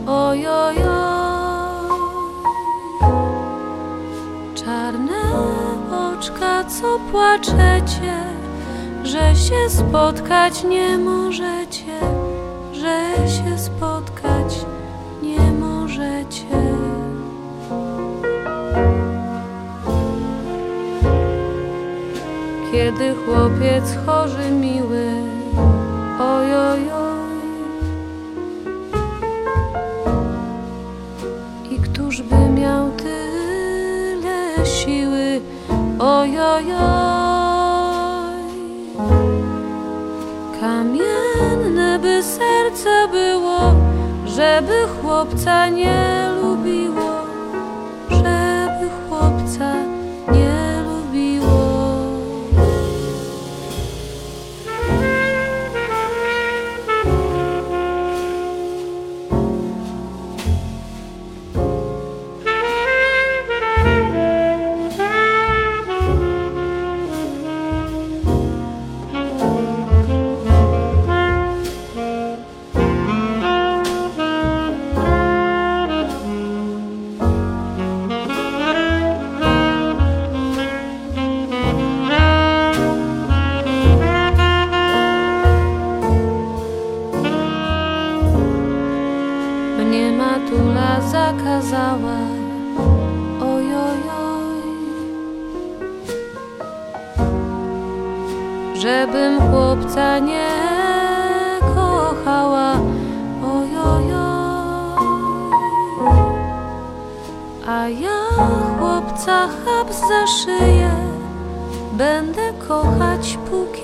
Speaker 5: ojojoj. Czarne oczka, co płaczecie, że się spotkać nie możecie, że się spotkać nie możecie. Kiedy chłopiec chory miły, ojojoj. I któż by miał tyle siły, ojojoj. Kamienne by serce było, żeby chłopca nie lubiło, żeby chłopca nie lubiło. Mnie matula zakazała Ojojoj Żebym chłopca nie kochała Ojojoj A ja chłopca chap za szyję Będę kochać póki Oh,